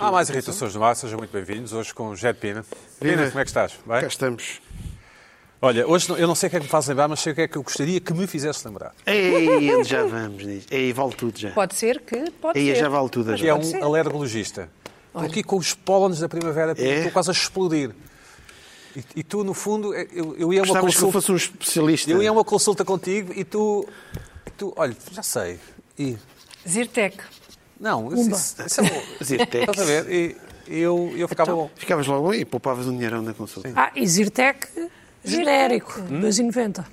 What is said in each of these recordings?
Há mais irritações no ar, sejam muito bem-vindos. Hoje com o Jed Pina. Pina, Viva. como é que estás? Bem? Cá estamos. Olha, hoje não- eu não sei o que é que me faz lembrar, mas sei o que é que eu gostaria que me fizesse lembrar. É, Ei, onde já vamos nisso? Ei, vale tudo já. Pode ser que. Pode Ei, ser. já vale tudo Mas Que é agora. um pode ser. alergologista. Estou aqui com os pólenes da primavera, porque É? estou quase a explodir. E, e tu, no fundo, é, eu, eu ia a uma Gostavas que um consulta. eu fosse um especialista. Eu ia a uma consulta contigo e tu. e tu olha, já sei. E, Zirtec. não, isso, isso, isso é bom. Zirtec. Estás a ver? E eu, eu ficava bom. Ficavas logo aí e poupavas um dinheirão na consulta. Ah, e Zirtec, genérico, 2,90.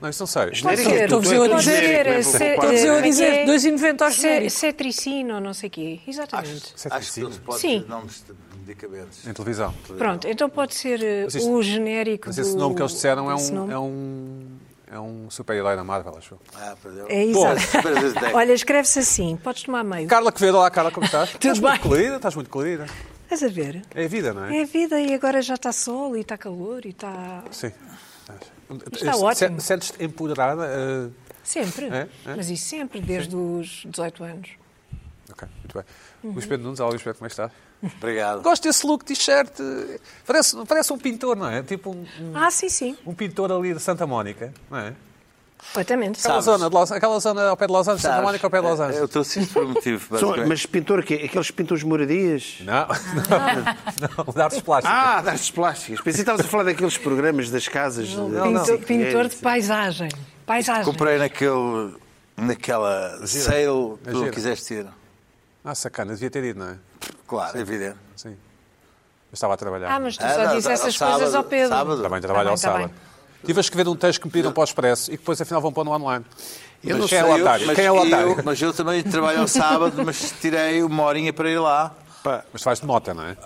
Não, isso não sei. Genérico, tu- ser. tu- Estou-vos eu a tu és dizer, genérico, não é? se- Vou poupar. Estou-vos Mas eu a É dizer, que- 2,90 aos Ce- genéricos. Cetricina, não sei o quê. Exatamente. Isso é Acho que difícil. eles podem Sim. ter nomes de medicamentos. É. Em televisão. Pronto, então pode ser eh, Mas isso- o genérico. Mas esse do- nome que eles disseram é esse um, nome. é um, é um super-herói da Marvel, acho. eu. Ah, perdeu. É Bom. exato. Olha, escreve-se assim. Podes tomar meio. Carla Quevedo, olá Carla, como estás? estás bem? muito colorida, estás muito colorida. Estás a ver? É a vida, não é? É a vida e agora já está sol e está calor e está. Sim. Está Se- ótimo. Sentes-te empoderada? eh, Sempre. É, é. Mas isso sempre, desde os 18 anos. Ok, muito bem. Uhum. Luís Pedro Nunes, olá Luís Pedro, como é que estás? Obrigado. Gosto desse look de t-shirt, eh, parece, parece um pintor, não é? Tipo um, um- Ah, sim, sim. um pintor ali de Santa Mónica, não é? Completamente. Aquela Sabes. zona, de Los- aquela zona ao pé de Los Angeles, Santa Sabes, Mónica ao pé de Los Angeles. Eu trouxe isto por um motivo. São- basicamente. mas pintor, que aqueles pintores de moradias? Não, não, não, de artes plásticas. Ah, das plásticas. Pensei que estavas a falar daqueles programas das casas. de- Pintor, Sim, pintor é, de sim. paisagem. Paisagem. Comprei naquele, naquela sale que tu Gira. não quiseste ir. Ah, sacana, devia ter ido, não é? Claro, evidente. Sim. Eu estava a trabalhar. Ah, mas tu Ah, só não, dizes tá- essas sábado, coisas ao Pedro. sábado. Também trabalho Tá ao bem, sábado. tá bem. Tive a escrever um texto que me pediram para o Expresso e que depois afinal vão pôr no online. Eu Mas não quem é sei, o Eu- otário? mas, Quem é o otário? eu, mas eu também trabalho ao sábado, mas tirei uma horinha para ir lá. Pá, Mas tu vais de moto, não é?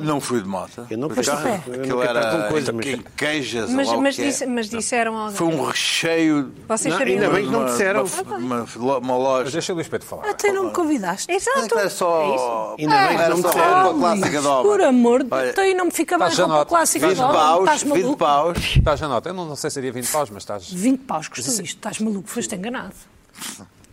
Não fui de moto. Eu não Por fui de acaso, pé. Eu Aquilo nunca perco era uma coisa, mas- em queijas. Mas, ou lá o mas que é. disse- mas disseram alguém. Foi um recheio. Vocês Não, sabiam. ainda bem que não uma- disseram. Uma, uma, uma Mas loja. deixa o Luís Pedro falar. Até não então, me convidaste. Exato. Era É só. isso. Ainda bem que era não me só disseram. roupa clássica de obra. um Por amor de Olha, Deus, aí não me fica mais Estás roupa janota. clássica 20 de obra. Estás paus, 20 maluco? paus. Estás a nota? Eu não não sei se é seria 20 paus, mas estás. 20 paus custou isto. Estás maluco, foste enganado.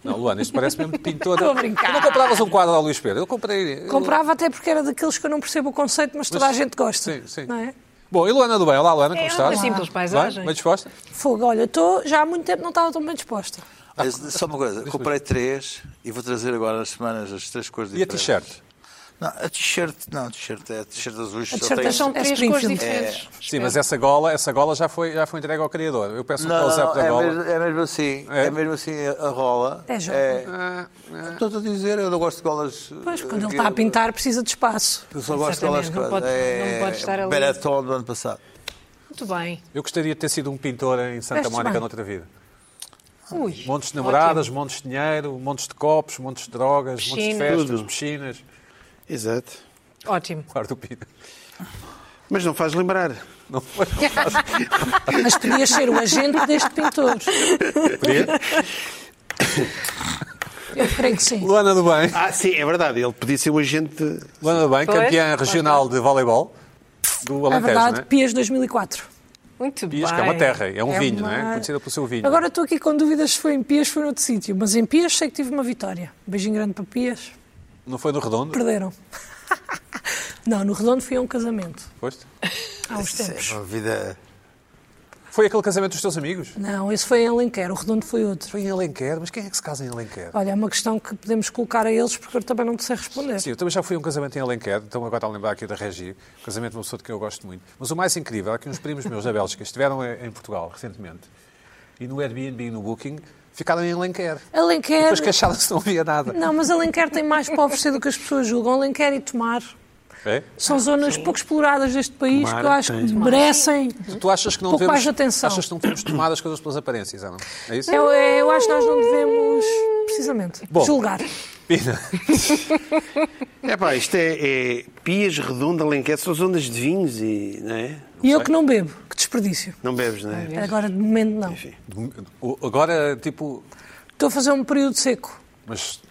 Não, Luana, isto parece mesmo pintor. Estou a brincar. Tu não compravas um quadro ao Luís Pedro? Eu comprei. Comprava até porque era daqueles que eu não percebo o conceito, mas toda a gente gosta. Sim, sim. Não é? Bom, e Luana do bem? Olá, Luana, como É estás? uma simples Bem? paisagem. Bem disposta? Fogo, olha, estou já há muito tempo não estava tão bem disposta. Ah, Mas Só uma coisa, comprei três e vou trazer agora nas semanas as três cores E a diferentes. t-shirt? Não, a t-shirt, não, a t-shirt é a t-shirt azul. só t-shirt tem- São É três cores Springfield. diferentes. É, Sim, mas essa gola, essa gola já foi, já foi entregue ao criador. Eu peço um Não, não, close-up não, da é, gola. mesmo, é mesmo assim, É? é? mesmo assim a a rola. É jovem. Ah, ah. Estou a dizer, eu não gosto de golas. Pois, quando ele que- está a pintar, precisa de espaço. Eu só gosto de Exatamente, golas não claras. pode- É não pode estar ali. Beraton do ano passado. Muito bem. Eu gostaria de ter sido um pintor em Santa Veste Mónica bem. noutra vida. Ui. Montes de namoradas, montes de dinheiro, montes de copos, montes de drogas, montes de Piscinas. festas, Tudo. piscinas. Exato. Ótimo. Claro, do Pina. Mas não faz lembrar. Não foi. Mas podias ser o agente deste pintor. Podia? Eu creio que sim. Luana do Bem, Ah, sim, é verdade. Ele podia ser o agente. de- Luana do Bem, Pois, campeã lá regional de voleibol do É Alentejo, verdade, não é? Pias 2004. Muito bem. Pias, que é uma terra, é um É vinho, uma- não é? Conhecida pelo seu vinho. Agora estou aqui com dúvidas se foi em Pias, foi noutro sítio, mas em Pias sei que tive uma vitória. Beijinho grande para Pias. Não foi no Redondo? Perderam. Não, no Redondo fui a um casamento, Foste? há uns tempos. Uma vida. Foi aquele casamento dos teus amigos? Não, esse foi em Alenquer, o Redondo foi outro. Foi em Alenquer, mas quem é que se casa em Alenquer? Olha, é uma questão que podemos colocar a eles porque eu também não te sei responder. Sim, eu também já fui a um casamento em Alenquer, então agora está a lembrar aqui da Regi, um casamento de uma pessoa de quem eu gosto muito. Mas o mais incrível é que uns primos meus da Bélgica estiveram eh, em em Portugal recentemente e no Airbnb e no Booking ficaram em Alenquer. E Alenquer. depois queixaram-se não havia nada. Não, mas Alenquer tem mais para oferecer do que as pessoas julgam. Alenquer e Tomar É? são zonas pouco exploradas deste país Tomar que eu acho tem. que merecem. Tu, tu achas que não Pouco devemos, mais atenção. Achas que não devemos tomar as coisas pelas aparências, ou não? É isso? Eu, eh, eu acho que nós não devemos, precisamente, Bom. julgar. Pina. É pá, isto é, é Pias Redonda, Alenquer, são zonas de vinhos e. Não é? E eu que não bebo, que desperdício. Não bebes, não é? Agora, de momento, não. O- Agora, tipo. Estou a fazer um período seco, Mas.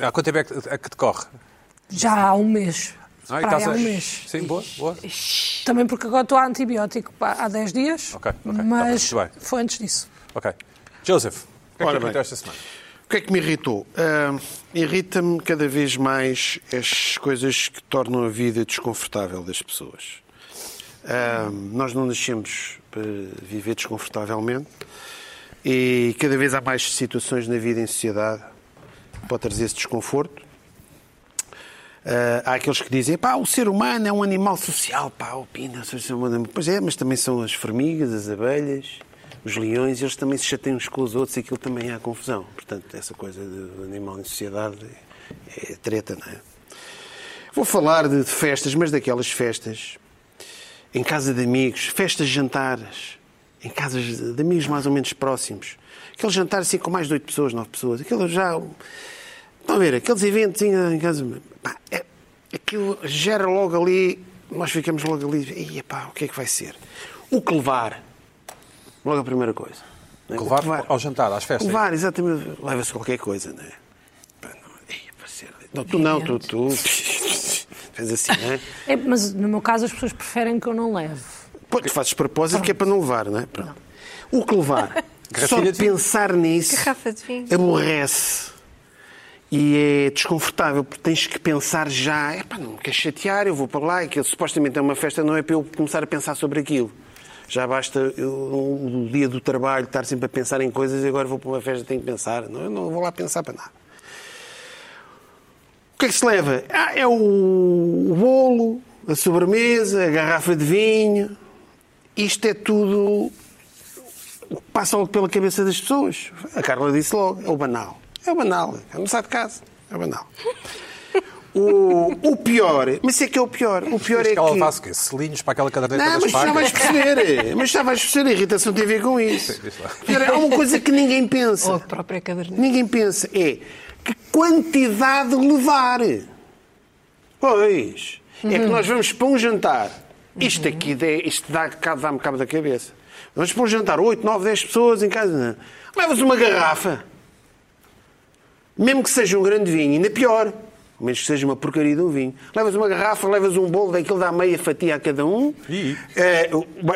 eh, Há quanto tempo é que, é que decorre? já há um mês. Não, e Para aí estás há a- um mês. Sim, boa, boa. Também porque agora estou a antibiótico pá, há 10 dias, Ok, ok. Tá, mas muito bem. foi antes disso. Ok. Joseph, o que é que Ora aconteceu bem. esta semana? O que é que me irritou? Ah, Irrita-me cada vez mais as coisas que tornam a vida desconfortável das pessoas. Ah, nós não nascemos para viver desconfortavelmente e cada vez há mais situações na vida em sociedade que pode trazer esse desconforto. Ah, há aqueles que dizem, pá, o ser humano é um animal social, pá, opina, o ser humano é- pois é, mas também são as formigas, as abelhas, os leões, eles também se chateiam uns com os outros e aquilo também há confusão. Portanto, essa coisa do animal em sociedade é, é treta, não é? Vou falar de, de festas, mas daquelas festas em casa de amigos, festas de jantares, em casas de de amigos mais ou menos próximos. Aquele jantar assim com mais de oito pessoas, nove pessoas, aquilo já Estão a ver, aqueles eventos em casa. Pá, é, aquilo gera logo ali, nós ficamos logo ali. E pá, o que é que vai ser? O que levar? Logo a primeira coisa. não é? Que levar ao jantar, às festas. O que levar, exatamente. Leva-se qualquer coisa, não é? Pá, não, ia parecer. Não, tu não, tu, tu. Faz assim, não é? É, mas no meu caso as pessoas preferem que eu não leve. Pô, tu fazes propósito que é para não levar, não é? Pronto. O que levar? Só Garrafinha de de vinho. pensar nisso Garrafa de vinho. aborrece e é desconfortável, porque tens que pensar já, epá, não me queres chatear, eu vou para lá, e que supostamente é uma festa, não é para eu começar a pensar sobre aquilo. Já basta eu, o dia do trabalho estar sempre a pensar em coisas e agora vou para uma festa tenho que pensar. Não, eu não vou lá pensar para nada. O que é que se leva? Ah, é o, o bolo, a sobremesa, a garrafa de vinho. Isto é tudo o que passa logo pela cabeça das pessoas. A Carla disse logo, é o banal. É o banal, é não sai de casa, é o banal. O, o pior, mas é que é o pior. O pior é que. Ela levasse o quê? Selinhos para aquela caderneta Não, das mas já vais facas? perceber. Mas já vais perceber. A irritação tem a ver com isso. é, diz lá. Há uma coisa que ninguém Ou pensa. a própria caderneta. Ninguém pensa. É que quantidade levar. Pois. É que nós vamos para um jantar. Isto aqui dá- isto dá, cabo- dá-me cabo da cabeça. Vamos para um jantar, 8, 9, 10 pessoas em casa. Levas uma garrafa. Mesmo que seja um grande vinho, ainda pior. Ao menos que seja uma porcaria de um vinho. Levas uma garrafa, levas um bolo daquilo dá meia fatia a cada um. Ih. Eh,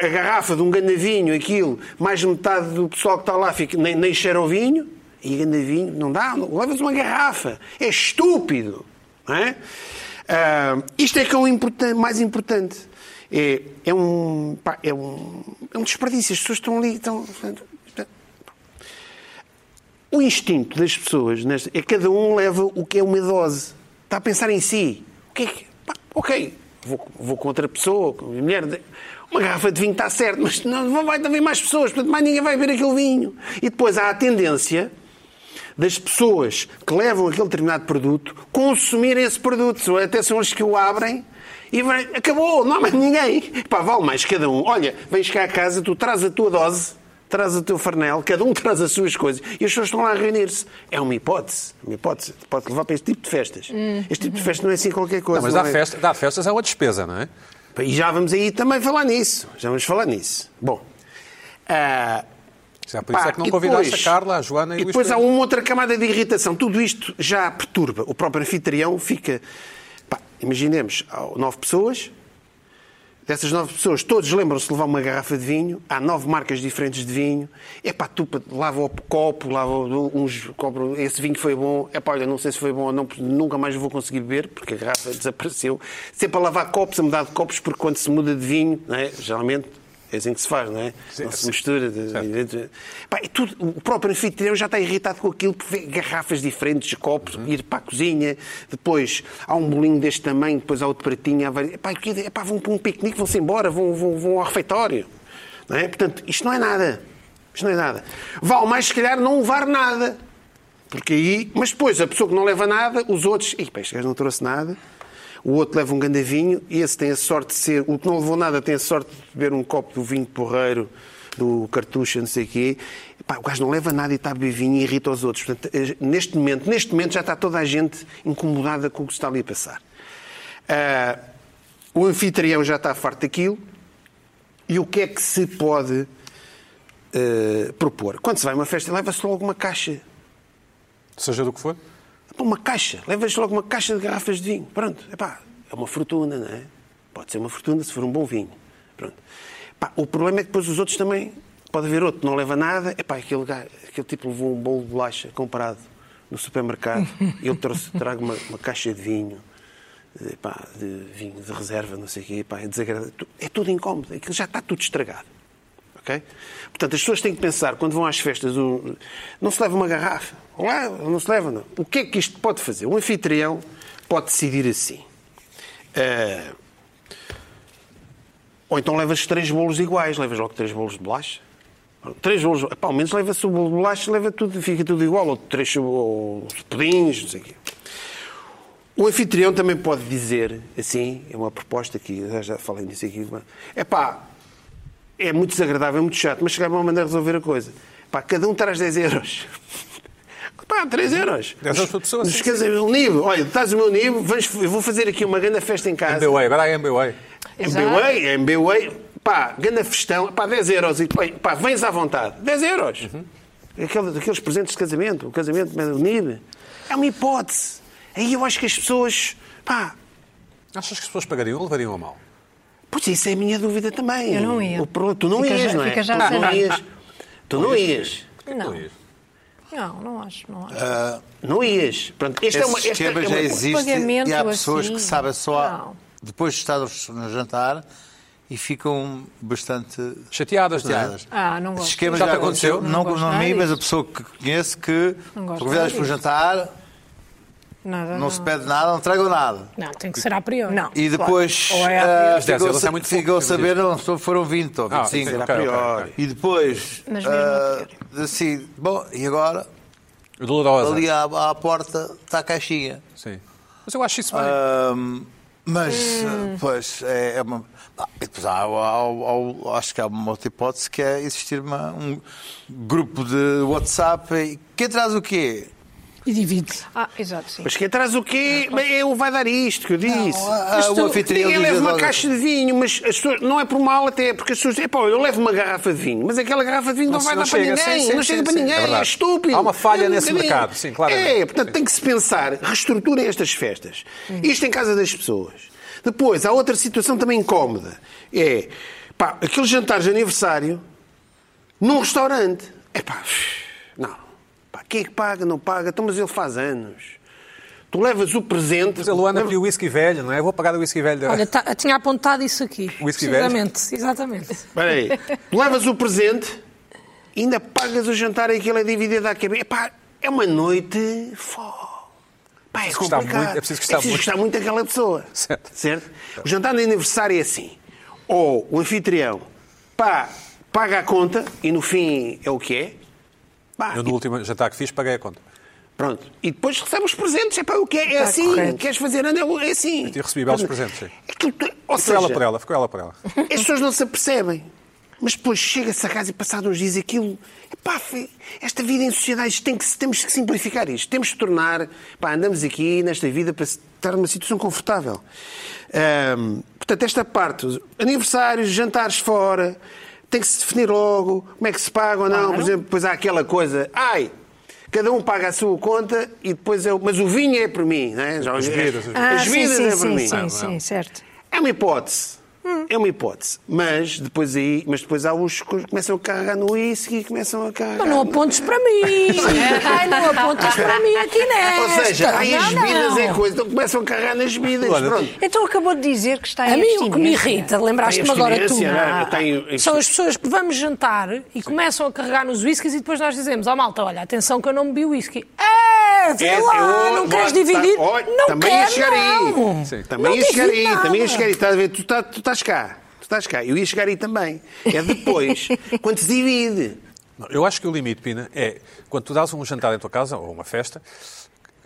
a garrafa de um ganavinho, aquilo, mais metade do pessoal que está lá fica, nem, nem cheira o vinho. E ganavinho, não dá, não- levas uma garrafa. É estúpido. Não é? Ah, isto é que é o importan- mais importante. É, é um, pá, é, um, é um desperdício. As pessoas estão ali. Estão, o instinto das pessoas nesta, é cada um leva o que é uma dose. Está a pensar em si. O que é que- pá, ok, vou, vou com outra pessoa, com a minha mulher. de- Uma garrafa de vinho está certo, mas não não vai haver mais pessoas, portanto, mais ninguém vai beber aquele vinho. E depois há a tendência das pessoas que levam aquele determinado produto consumirem esse produto. São- Até são as que o abrem e vai, acabou, não há mais ninguém. Pá, vale mais cada um. Olha, vens cá a casa, tu traz a tua dose, traz o teu farnel, cada um traz as suas coisas e as pessoas estão lá a reunir-se. É uma hipótese, uma hipótese. Pode levar para este tipo de festas. Este tipo de festa não é assim qualquer coisa. Não, mas não dar, é? festa, dar festas é uma despesa, não é? E já vamos aí também falar nisso. Já vamos falar nisso. Bom. ah, Já por isso Pá, é que não e convidaste depois- a Carla, a Joana e, E o Luís depois há um- Pedro. uma outra camada de irritação. Tudo isto já perturba. O próprio anfitrião fica. Pá, imaginemos, há nove pessoas. Dessas nove pessoas, todos lembram-se de levar uma garrafa de vinho. Há nove marcas diferentes de vinho. É pá, tu pa- lava o copo, lava o- uns copo. Esse vinho foi bom. É pá, olha, não sei se foi bom ou não, porque nunca mais vou conseguir beber, porque a garrafa desapareceu. Sempre a lavar copos, a mudar de copos, porque quando se muda de vinho, não é? geralmente é assim que se faz, não é? não se sim. mistura. de- Pá, e tudo- o próprio anfitrião já está irritado com aquilo, porque vê garrafas diferentes, copos, ir para a cozinha, depois há um bolinho deste tamanho, depois há outro pratinho, há vários... Epá, o que é- epá, vão para um piquenique, vão-se embora, vão, vão, vão ao refeitório. Não é? Portanto, isto não é nada. Isto não é nada. Vale mais, se calhar, não levar nada. Porque aí... Mas depois, a pessoa que não leva nada, os outros... Ih, pá, este gajo não trouxe nada. O outro leva um gandavinho e esse tem a sorte de ser. O que não levou nada tem a sorte de beber um copo do vinho porreiro, do cartucho, não sei o quê. Pá, o gajo não leva nada e está a beber vinho e irrita os outros. Portanto, eh, neste momento, neste momento já está toda a gente incomodada com o que se está ali a passar. Ah, o anfitrião já está farto daquilo. E o que é que se pode eh, propor? Quando se vai a uma festa, leva-se logo uma caixa Seja do que for. É Pá, Uma caixa, levas logo uma caixa de garrafas de vinho. Pronto, epá, é uma fortuna, não é? Pode ser uma fortuna se for um bom vinho. Pronto. Pá, o problema é que depois os É outros também. Pode haver outro que não leva nada. Epá, aquele, ga- aquele tipo levou um bolo de bolacha comparado no supermercado e eu trouxe, trago uma, uma caixa de vinho, eh, pá, de vinho de reserva, não sei o quê, pá, é desagradável. Tu- É tudo incómodo, aquilo já está tudo estragado. ok? Portanto, as pessoas têm que pensar, quando vão às festas, um- não se leva uma garrafa. Lá, não se leva, não. O que é que isto pode fazer? O anfitrião pode decidir assim. Eh, ou então levas três bolos iguais, levas logo três bolos de bolacha. Três bolos, epá, ao menos leva-se o bolo de bolacha, leva tudo, fica tudo igual, ou três ou pudins, não sei o quê. O anfitrião também pode dizer, assim, é uma proposta que eu já- já falei nisso aqui, é pá, é muito desagradável, é muito chato, mas chegar a uma maneira de resolver a coisa. Pá, cada um traz 10 euros. Pá, 3 euros. 10 euros por pessoa, Nos sim, casamentos, o nível, olha, estás o meu nível, vamos- eu vou fazer aqui uma grande festa em casa. MBWay, agora há MBWay. Exato. MBWay, MBWay, pá, ganda festão, pá, 10 euros, e pá, pá, vens à vontade, 10 euros. Uhum. Aquele- aqueles presentes de casamento, o casamento de unido, é uma hipótese. Aí eu acho que as pessoas, pá, Achas que as pessoas pagariam ou levariam a mal? pois isso é a minha dúvida também. Eu não ia. O problema, tu não Fica ias, já- não é? fica já tu não a saber. ias. Tu não ias. Porquê que Não. ias? Não, não acho, não acho. Ah, Não ias. Pronto, esta é Esse uma, esta é esquema já uma- existe pagamento e há pessoas assim. que sabem só Não. depois de estar no jantar e ficam bastante Chateadas, não é? chateadas. Ah, não gosto. Esse esquema Já já, te aconteceu? aconteceu, Não não, não, gosto nada a mim, mas a disso. pessoa que conheço que Não gosto convidadas nada para um disso. jantar, Nada, não se pede nada, não tragam nada. Não, tem que ser a priori. Não. E depois Ou é ah, Mas deve ser, ficou elas são muito ficou a poucas, saber, não, só foram 20 ou Ah, sim, 25. ok, a ok, ok. priori. E depois, Mas mesmo ah, a assim, bom, e agora? Dolorosa. Ali à, à porta está a caixinha. Sim. Mas eu acho isso bem. Ah, Ahm, mas, eh, pois, é, é uma. Ah, e depois há, há- há- há- acho que há uma outra hipótese que é existir uma- um grupo de WhatsApp. e Quem traz o quê? E divide. Ah, exato, sim. Mas quem traz o quê? Bem, Eu vai dar isto que eu disse. ah, Isto- o anfitrião Ninguém diz leva uma logo- caixa de vinho, mas as pessoas- não é por mal até, porque as pessoas. É pá, eu levo uma garrafa de vinho, mas aquela garrafa de vinho não, Não- vai não dar para chega, ninguém. sim, sim, não sim, chega para sim. É ninguém, é, verdade. estúpido. Há uma falha É um nesse bocadinho. mercado, sim, claramente. É, portanto, tem que se pensar, reestruturem estas festas. Isto em casa das pessoas. Depois, há outra situação também incómoda. É, pá, aqueles jantares de aniversário num restaurante. É pá, não. Pá, quem é que paga, não paga? Então, mas ele faz anos. Tu levas o presente. Mas a Luana leva- pediu whisky velho, não é? Vou pagar o whisky velho. da- Olha, tá- tinha apontado isso aqui. Whisky velho? Precisamente, exatamente. Espera aí. Tu levas o presente, ainda pagas o jantar e aquilo é dividido à cabeça. Epá, é uma noite. Fó. Pá, é gostar complicado. muito- é preciso gostar muito. gostar muito daquela pessoa. Certo. O jantar de aniversário é assim. Ou o anfitrião, pá, paga a conta e no fim é o que é. Pá, Eu, no último jantar que fiz, paguei a conta. Pronto. E depois recebe os presentes. É para o que é, é assim. correto. Queres fazer ano? É assim. Tá Eu recebi belos presentes, sim. Aquilo tu- Ou Ficou seja, ela por ela, ficou ela por ela. as pessoas não se apercebem. Mas depois chega-se a casa e passado uns dias aquilo. Epá, fi- esta vida em sociedade isto tem que, se- temos que simplificar isto. Temos que tornar. Pá, andamos aqui nesta vida para se- estar numa situação confortável. Ahm, portanto, esta parte, os aniversários, jantares fora, tem que se definir logo como é que se paga ou não. Por Claro. exemplo, depois há aquela coisa. Ai! Cada um paga a sua conta e depois eu. Mas o vinho é por mim, não é? Já- As bebidas, as Ah, as sim, bebidas sim, é por sim, mim. sim, sim, certo. É uma hipótese. É uma hipótese. Mas depois aí, mas depois há uns que começam a carregar no whisky e começam a carregar. Mas não apontes para mim. Ai, não apontas para mim aqui nesta. Ou seja, aí as Não, bebidas não. é coisa. Então começam a carregar nas bebidas. Olha, Pronto. Então acabou de dizer que está em A mim o que me abstinência. irrita, lembraste-me Tem agora tu. abstinência, não é? Eu tenho- São as pessoas que vamos jantar e começam a carregar nos whiskies e depois nós dizemos, ó malta, olha, atenção que eu não bebi whisky. É, sei É, lá, eu- não queres tá- dividir? olha, não também ia quero, chegar aí. não. Sim. Também Não ia chegar tive aí, nada. também ia chegar aí. Estás a ver? Tu, tá- tu estás cá. Tu estás cá. Eu ia chegar aí também. É depois, quando se divide. Não, Eu acho que o limite, Pina, é quando tu dás um jantar em tua casa, ou uma festa,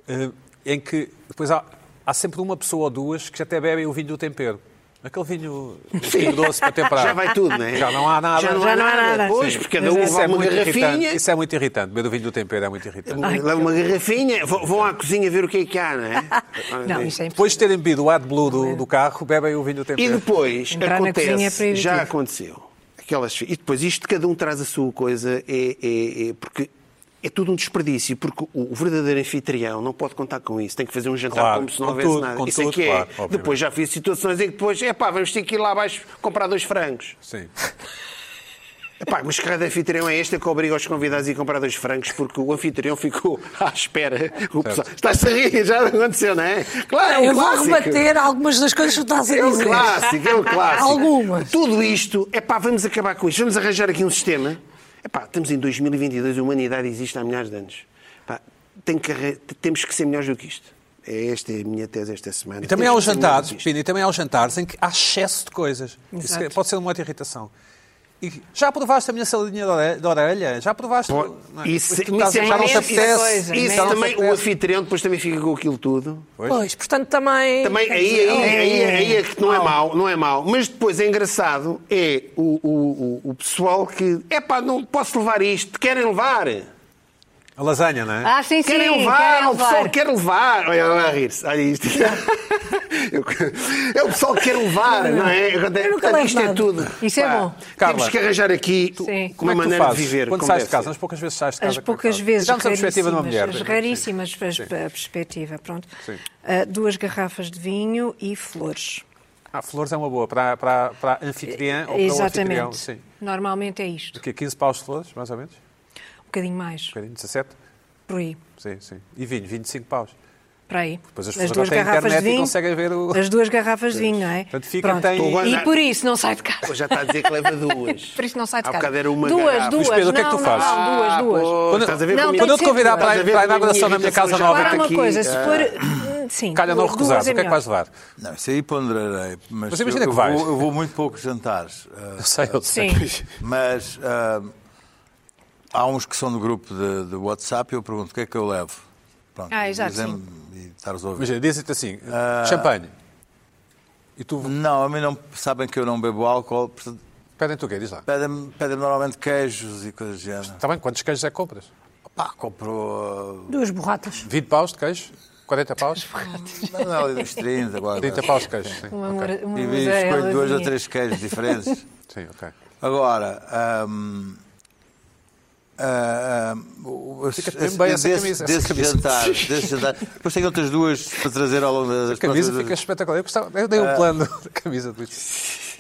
eh, em que depois há, há sempre uma pessoa ou duas que até bebem o vinho do tempero. Aquele vinho, vinho doce para temperar. Já vai tudo, não é? Já não há nada. é Já não há Já não há nada. nada. Pois, Sim. porque cada um leva uma garrafinha. irritante. Isso é muito irritante. Beber o vinho do tempero é muito irritante. Leva uma garrafinha. Vão vão à cozinha ver o que é que há, não é? Não, isso é impossível. Depois de terem bebido o AdBlue é? do, do carro, bebem o vinho do E tempero. depois Entrar na cozinha é acontece, proibitivo. já aconteceu. Aquelas, e depois isto cada um traz a sua coisa, é, é- é- porque é tudo um desperdício, porque o, o verdadeiro anfitrião não pode contar com isso, tem que fazer um jantar Claro, como se não com houvesse tudo, nada. com Isso tudo, é que é. claro, obviamente. depois já fiz situações em que depois, é pá, vamos ter que ir lá abaixo comprar dois frangos. Sim. Epá, mas que raio de anfitrião é este que obriga os convidados a ir comprar dois francos porque o anfitrião ficou à espera. O pessoal... Estás a rir, já aconteceu, não é? Claro, é um Eu vou clássico. rebater algumas das coisas que tu estás a É um dizer. clássico, é um clássico. Algumas. Tudo isto, é pá, vamos acabar com isto, vamos arranjar aqui um sistema. É pá, estamos em 2022, a humanidade existe há milhares de anos. Pá, tem que arran- temos que ser melhores do que isto. É esta é a minha tese esta semana. E também é há Temos os que ser melhores jantares, do que isto. Pina, e também há os jantares em que há excesso de coisas. Isso é- Exato. pode ser uma outra irritação. E já provaste a minha saladinha de ore- de orelha? Já provaste? Pô, Não é? isso- Tu mas estás- isso é já não te imensa apetece. coisa, já né? Isso não te também, o apetece. anfitrião depois também fica com aquilo tudo. Pois, portanto, também. é Também aí, aí, aí, aí é que não é mau, não é mau. Mas depois é engraçado, é o, o, o, o pessoal que. É pá, não posso levar isto, querem levar. A lasanha, não é? Ah, sim, sim. Querem levar, querem o pessoal quer levar. Olha, olha a rir-se, olha isto. Eu- É o pessoal que quer levar, não é? Portanto, levo Isto é nada. tudo. Isso é bom. Carla, temos que arranjar aqui uma Sim. Como é que tu maneira de fazes? viver. Quando como sais de deve ser. casa, nas poucas vezes sais de casa. As como é que poucas fazes? vezes, Digamos a perspectiva de uma mulher. raríssimas, as raríssimas pers- a perspectiva, pronto. Sim. Ah, duas garrafas de vinho e flores. Ah, flores é uma boa para, para, para a anfitriã É, ou para o anfitrião. Exatamente. Sim. Normalmente é isto. Porque 15 paus de flores, mais ou menos? Um Um bocadinho mais, bocadinho, 17? por aí. Sim, sim. E vinho, 25 paus. Para aí. Depois as pessoas agora têm internet e conseguem ver o- As duas garrafas de vinho, não é? Portanto, fica, tem- Estou agora- E por isso não sai de casa. Hoje já está a dizer que leva duas. Por isso não sai de Há casa. bocado era uma duas, garrafa. duas. Mas, Pedro, o que é que não, tu fazes? Não, duas, duas. Ah, pois, Quando- estás a ver Não, como tem Quando eu te que ser convidar duas. para, Estás a ver para a como a inauguração da minha minha casa irritação já nova, vai Para uma aqui, coisa, ah. se for. Sim. calha não duas recusar, o é que é que melhor. vais levar? Não, isso aí ponderarei. Mas, Mas imagina eu, que vais. Eu vou, eu vou muito pouco jantares. ah, Eu sei, eu sei. Sim. mas ah, há uns que são do grupo de, de WhatsApp e eu pergunto o que é que eu levo. Pronto, Ah, exato, dizem-me E está resolvido. Imagina, dizem-te assim, champanhe. E tu Não, a mim não sabem que eu não bebo álcool, portanto, pedem-te o quê? Diz lá. pedem-me pedem normalmente queijos e coisas do género. Está bem, quantos queijos é que compras? Pá, uh, compro. Duas borratas. 20 paus de queijo? 40 paus? ah, Não, não, uns 30 agora. 30 paus de queijo, sim. Uma ok. mora- uma E vi- mozzarella escolho é, dois ou vinha. três queijos diferentes. Sim, ok. Agora, hum, ah, hum, o- Fica bem esse- bem essa desse- camisa, essa desse camisa. jantar, desse jantar. Depois tenho outras duas para trazer ao longo das A camisa próximas- fica espetacular. Eu, gostava, eu dei um plano da camisa do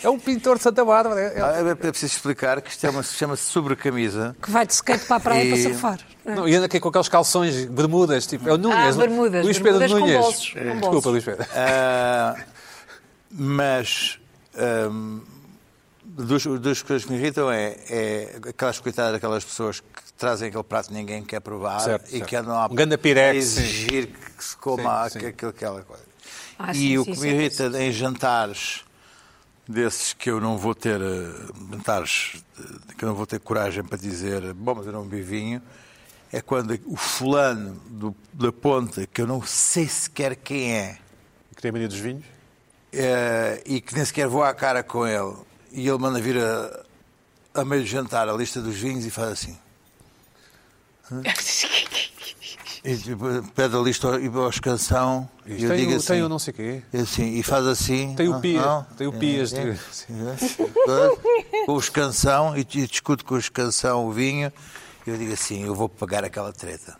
É um pintor de Santa Bárbara. é- é- Ah, É é preciso explicar que isto é uma, chama-se sobrecamisa. Que vai de skate para a praia E- para surfar. Não, e anda aqui com aqueles calções, bermudas, tipo. É o Núñez. Ah, bermudas, Luís Pedro bermudas com Núñez. bolsos, com bolsos. Desculpa, Luís Pedro. Ah, mas hum, duas, duas coisas que me irritam é, é aquelas coitadas daquelas pessoas que trazem aquele prato que ninguém quer provar Certo, e certo. que andam a, Um ganda pirex, a exigir que se coma Sim, aqu- sim. aquilo- aquela coisa. Ah, e sim, o sim, que sim, me sim, irrita em jantares desses que eu não vou ter eh, jantares de- que eu não vou ter coragem para dizer bom, mas eu não bebi vinho é quando o fulano do- da ponta que eu não sei sequer quem é Queria mania dos vinhos. eh, e que nem sequer vou à cara com ele, e ele manda vir a, a meio do jantar a lista dos vinhos e faz assim. Hã? E tipo, pede a lista ao- e aos canção e eu tem digo o, assim, tem o não sei quê. assim, e faz assim. Tem o ah, Pias, não, tem o é, Pias é, de- é, Com os canção e, e discuto com os canção o vinho e eu digo assim, eu vou pagar aquela treta.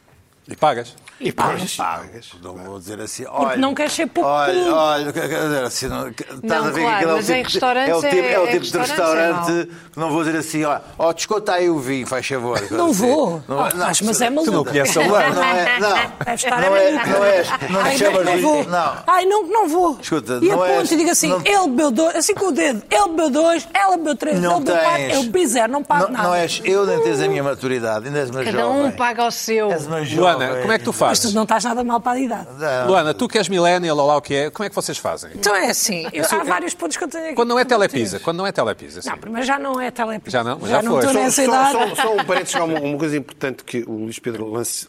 E pagas. E pagas. Pagas. Não vou dizer assim, olha. não queres ser pouco Olha, comum. olha, quer dizer assim, não, estás Não, a ver claro, que aquele mas é o em tipo, é o restaurantes tipo, é o é- tipo em de restaurantes é restaurante que não vou dizer assim, ó, ó desconta aí o vinho, faz favor. Assim, Não vou. Não, Ah, não, mas- mas é tu Tu não maluco. conheces a Não, Luana. não é, não. Deve estar Não a é, maluco. não é, não Ai, te não, chamas que não vinho. vou. Não. Ai, não, que não vou. Escuta, e não aponto és- e digo assim, não- ele bebeu dois, assim com o dedo, ele bebeu dois, ela bebeu três, Não ele bebeu quatro, tens. eu bebi zero, não pago Não, é nada. não és, eu nem tens a minha maturidade, ainda és uma Cada jovem. um paga o seu. És uma jovem. Luana, como é que tu Mas tu fazes? não estás nada mal para a idade. Não. Luana, tu que és millennial ou lá o que é, como é que vocês fazem? Então é assim, eu- há vários pontos que eu tenho aqui. Quando não é que debater. telepisa, quando não é telepisa, sim. Não, primeiro já não é telepisa. Já não? Já Já não foi. estou Só- nessa só, idade. só, só um parênteses, há uma, uma coisa importante que o Luís Pedro lance-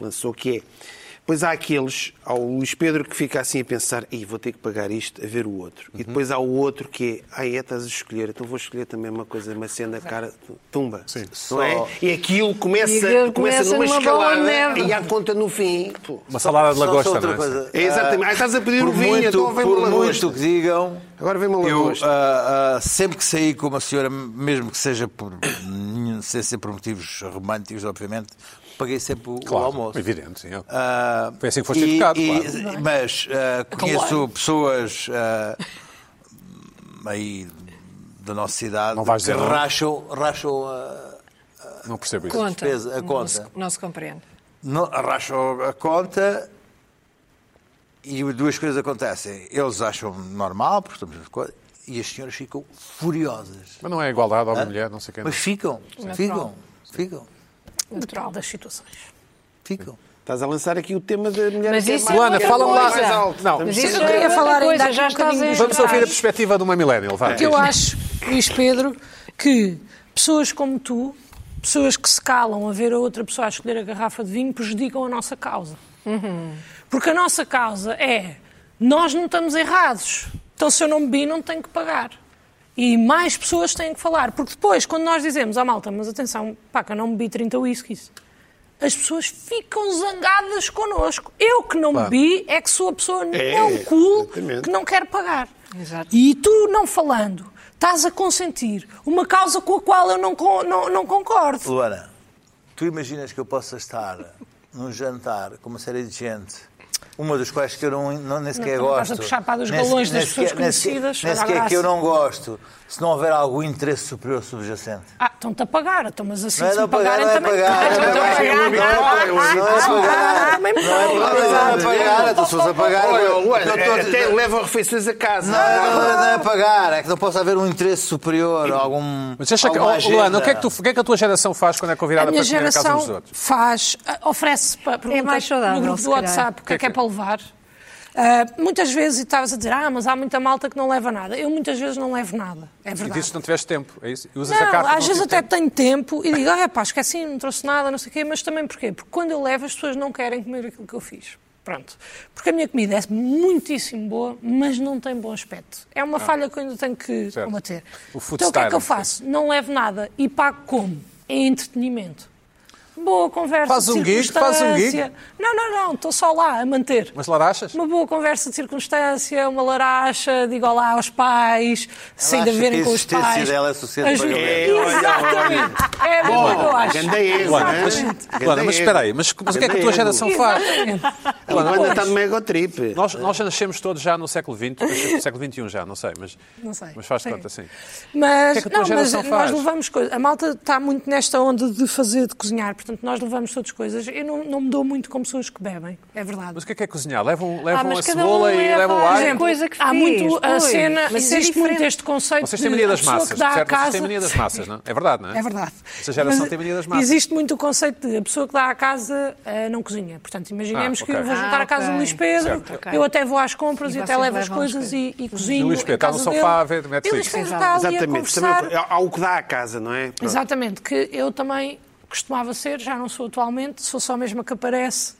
lançou, que é, pois há aqueles, há o Luís Pedro que fica assim a pensar, Ih, vou ter que pagar isto a ver o outro. Uhum. E depois há o outro que é, ai, é, estás a escolher, então vou escolher também uma coisa, uma cena, cara, tumba. Sim. Não é? E aquilo começa, E começa, aquilo começa numa numa bola escalada neve. e há conta no fim. Pô. Uma salada de Só- só lagosta, outra não é? coisa. É exatamente, ai, estás a pedir Por um vinho, muito, então vem por uma lagosta. muito que digam, Agora vem uma eu lagosta. ah, ah, sempre que saí com uma senhora, mesmo que seja por, sem ser por motivos românticos, obviamente, paguei sempre o, o Claro, almoço. evidente, sim. eu- Ah, Foi assim que foste e- educado, e- claro. Mas ah, conheço pessoas ah, aí da nossa idade Não vais que dizer não. racham, racham a, Não percebo isso. Conta. Despesa, a Não conta. se, não se compreende. não, racham a conta e duas coisas acontecem. Eles acham normal, porque estamos a coisa, e as senhoras ficam furiosas. Mas não é igualdade homem e mulher, não sei quem. Mas ficam, ficam, ficam, Natural das situações. ficam. Estás a lançar aqui o tema da mulher Mas que é isso mais- é Luana, outra fala-me lá. coisa. alto. Não, Mas sim, isso Eu é queria outra falar coisa, ainda aqui já um estás bocadinho. a Vamos ouvir a entrar. perspectiva de uma millennial. Vá. O que eu acho, Luís Pedro, que pessoas como tu, pessoas que se calam a ver a outra pessoa a escolher a garrafa de vinho, prejudicam a nossa causa. Uhum. Porque a nossa causa é nós não estamos errados. Então, se eu não bebi, não tenho que pagar. E mais pessoas têm que falar. Porque depois, quando nós dizemos à malta, mas atenção, pá, que eu não bebi 30 whiskies, as pessoas ficam zangadas connosco. Eu que não bebi é que sou a pessoa É, não cool exatamente. que não quer pagar. Exato. E tu não falando, estás a consentir uma causa com a qual eu não, con- não, não concordo. Luana, tu imaginas que eu possa estar num jantar com uma série de gente, uma das quais que eu não, não nem sequer não estás gosto. a puxar para dos nem se- galões das nem sequer- pessoas nem sequer- conhecidas, Nem olha a sequer que eu graça. não gosto, se não houver algum interesse superior subjacente. Ah, estão-te a pagar, então, mas assim Não é se não me pagar, pagarem não é também. pagar. Ah, Não é estão-te a pagar, pagar, não é ah, pagar, não é ah, pagar. ah, também me Não é pagam. pagar, não é pagar, Ah, então se fosse pagar. Olha, é, Luana, eu estou- até levam refeições a casa. Não, é não, não, não é pagar, é que não possa haver um interesse superior, algum. Mas acha que, alguma oh, Luana, o que, é que agenda. tu, o que é que a tua geração faz quando é A convidada para minha comer na casa uns dos geração outros? faz, ah, oferece para perguntas É mais saudável, no grupo se do calhar. WhatsApp o que é que é Que- para levar. Ah, muitas vezes, e estavas a dizer, ah, mas há muita malta que não leva nada. Eu muitas vezes não levo nada, é E verdade. dizes que não tiveste tempo, é isso? E usas a Não, carta. às não tive vezes até tempo. tenho tempo e digo, ah, pá, esqueci, não trouxe nada, não sei o quê, mas também porquê? Porque quando eu levo as pessoas não querem comer aquilo que eu fiz. Pronto. Porque a minha comida é muitíssimo boa, mas não tem bom aspecto. É uma falha que eu ainda tenho que Ah. Certo. combater. O food então o que é que eu style, faço? Não levo nada e pago como? Em entretenimento. Boa conversa. Faz de um gig, faz um gig. circunstância. Não, não, não, estou só lá a manter. Mas larachas? Uma boa conversa de circunstância, uma laracha, digo olá aos pais, sem de acha verem que a com os existência pais. dela é suficiente As- para ganhar. Exatamente. É bom, eu acho. Ganda erro, Luana, mas, Exatamente. Luana, mas espera aí, mas, mas o que é que a tua Ganda geração erro. faz? A Luana está no mega trip. Nós, nós nascemos todos já no século XX, mas- século XXI já, não sei, mas, Não sei. mas faz Sim. conta, sim. Mas, O que é que a tua não, mas geração faz? nós levamos coisas. A malta está muito nesta onda de fazer, de cozinhar. Portanto, nós levamos todas coisas. Eu não, não me dou muito com pessoas que bebem. É verdade. Mas o que é que é cozinhar? Ah, Levam, levam mas a cada cebola um e leva levam o a alho? gente. coisa que Há fiz, muito a pois. cena, Mas isso é existe muito diferente. este conceito Vocês têm de mania a das pessoa massas, que dá à certo? Vocês casa... têm mania das massas, não é? É verdade, não é? É verdade. Essa geração Mas é tem mania das massas. Existe muito o conceito de a pessoa que dá à casa eh, não cozinha. Portanto, imaginemos Ah, que ok. eu vou jantar Ah, à casa ok. do Luís Pedro, Certo. Ok. eu até vou às compras E e, até vocês levo as levam as coisas e, e cozinho. E o Luís Pedro em está no casa sofá a dele. ver Netflix. E o Luís Pedro Exato. está ali a Exatamente. Também é conversar. há- há o que dá à casa, não é? Pronto. Exatamente, que eu também costumava ser, já não sou atualmente, sou só mesmo a que aparece.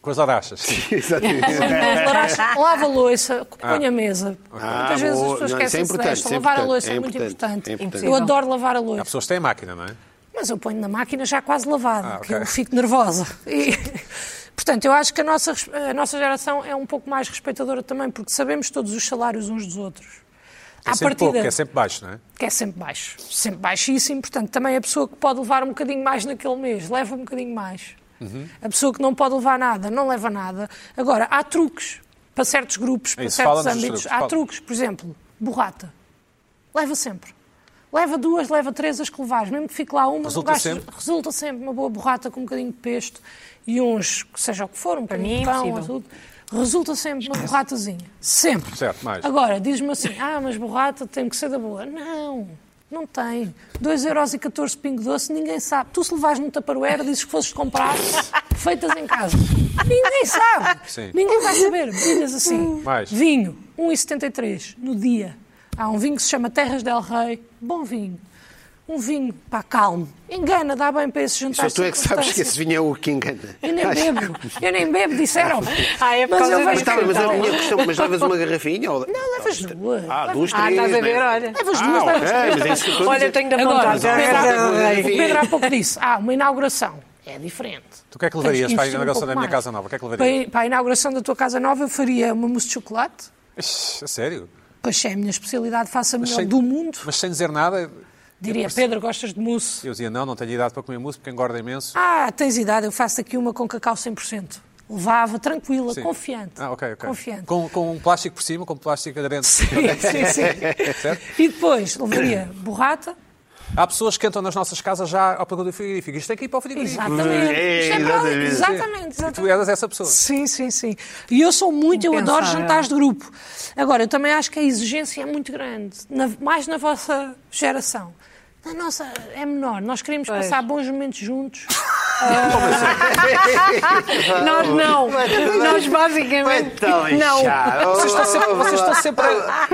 Com as larachas. Exatamente. É. Lava a louça, põe a mesa. Ah, Muitas vezes as boa. pessoas Não, isso é esquecem-se importante, desta. isso é Lavar a importante, louça é é muito importante, importante. é importante. Eu adoro lavar a Há louça. pessoas que têm máquina, não é? Mas eu ponho na máquina já quase lavada, Ah, que ok. eu fico nervosa. E, portanto, eu acho que a nossa, res- a nossa geração é um pouco mais respeitadora também, porque sabemos todos os salários uns dos outros. É sempre pouco, é sempre baixo, não é? que é sempre baixo. Sempre baixíssimo, portanto, também a pessoa que pode levar um bocadinho mais naquele mês, leva um bocadinho mais. Uhum. A pessoa que não pode levar nada, não leva nada. Agora, há truques para certos grupos, para É isso, certos fala-nos dos âmbitos. truques, Há fala. truques, por exemplo, borrata. Leva sempre. Leva duas, leva três as que levares. Mesmo que fique lá uma, Resulta não gastes- sempre? resulta sempre uma boa borrata com um bocadinho de pesto e uns, que seja o que for, um Para bocadinho mim de é pão, impossível. azeite. Resulta sempre uma borratazinha. Sempre. Certo, mais. Agora, diz-me assim, ah, mas borrata tem que ser da boa. Não, não tem. 2,14€ pingo doce, ninguém sabe. Tu se levares num taparoeira, dizes que fosses comprar feitas em casa. Ninguém sabe. Sim. Ninguém vai saber. Bebidas assim. Mais. Vinho, 1,73 no dia. Há um vinho que se chama Terras del Rei. Bom vinho. Um vinho, pá, calmo. Engana, dá bem para esse jantar. Só tu é que sabes que circunstância. esse vinho é o que engana. Eu nem bebo. Eu nem bebo, disseram. Ah, é por mas causa eu disso. Mas, vejo tá, que mas a não. minha questão, mas levas uma garrafinha? Ou... Não, levas duas. Ah, duas, três. Ah, estás a né? ver, olha. Levas duas, Ah, ok, levas três. mas é isso que eu estou a Olha, eu dizer. tenho de Agora, apontar. o já Pedro, era- o Pedro há pouco disse, ah, uma inauguração é diferente. Tu o que é que levarias Tens para a investir um inauguração da pouco minha mais. casa nova? O que é que Para levarias? a- Para a inauguração da tua casa nova, eu faria uma mousse de chocolate, Ixi, a sério? pois é a minha especialidade, faço a melhor sem- do mundo. Mas sem dizer nada, Diria, Pedro, gostas de mousse? eu dizia não, não tenho idade para comer mousse porque engorda imenso. Ah, tens idade, eu faço aqui uma com cacau 100%. levava tranquila, Sim. confiante. Ah, ok, ok. Confiante. Com, com um plástico por cima, com um plástico aderente. Sim, sim, sim. Certo? E depois levaria borrata. Há pessoas que entram nas nossas casas já ao procura do frigorífico. Isto tem que ir para o frigorífico. Exatamente. É, Isto é para ali. exatamente. Exatamente, E tu exatamente. eras essa pessoa. Sim, sim, sim. E eu sou muito, eu adoro Impensável. jantares de grupo. Agora, eu também acho que a exigência é muito grande, na- mais na vossa geração. Na nossa é menor. Nós queremos Pois. passar bons momentos juntos. Ah, Nós não. Então, Nós basicamente. não. Vocês estão sempre, vocês estão sempre a...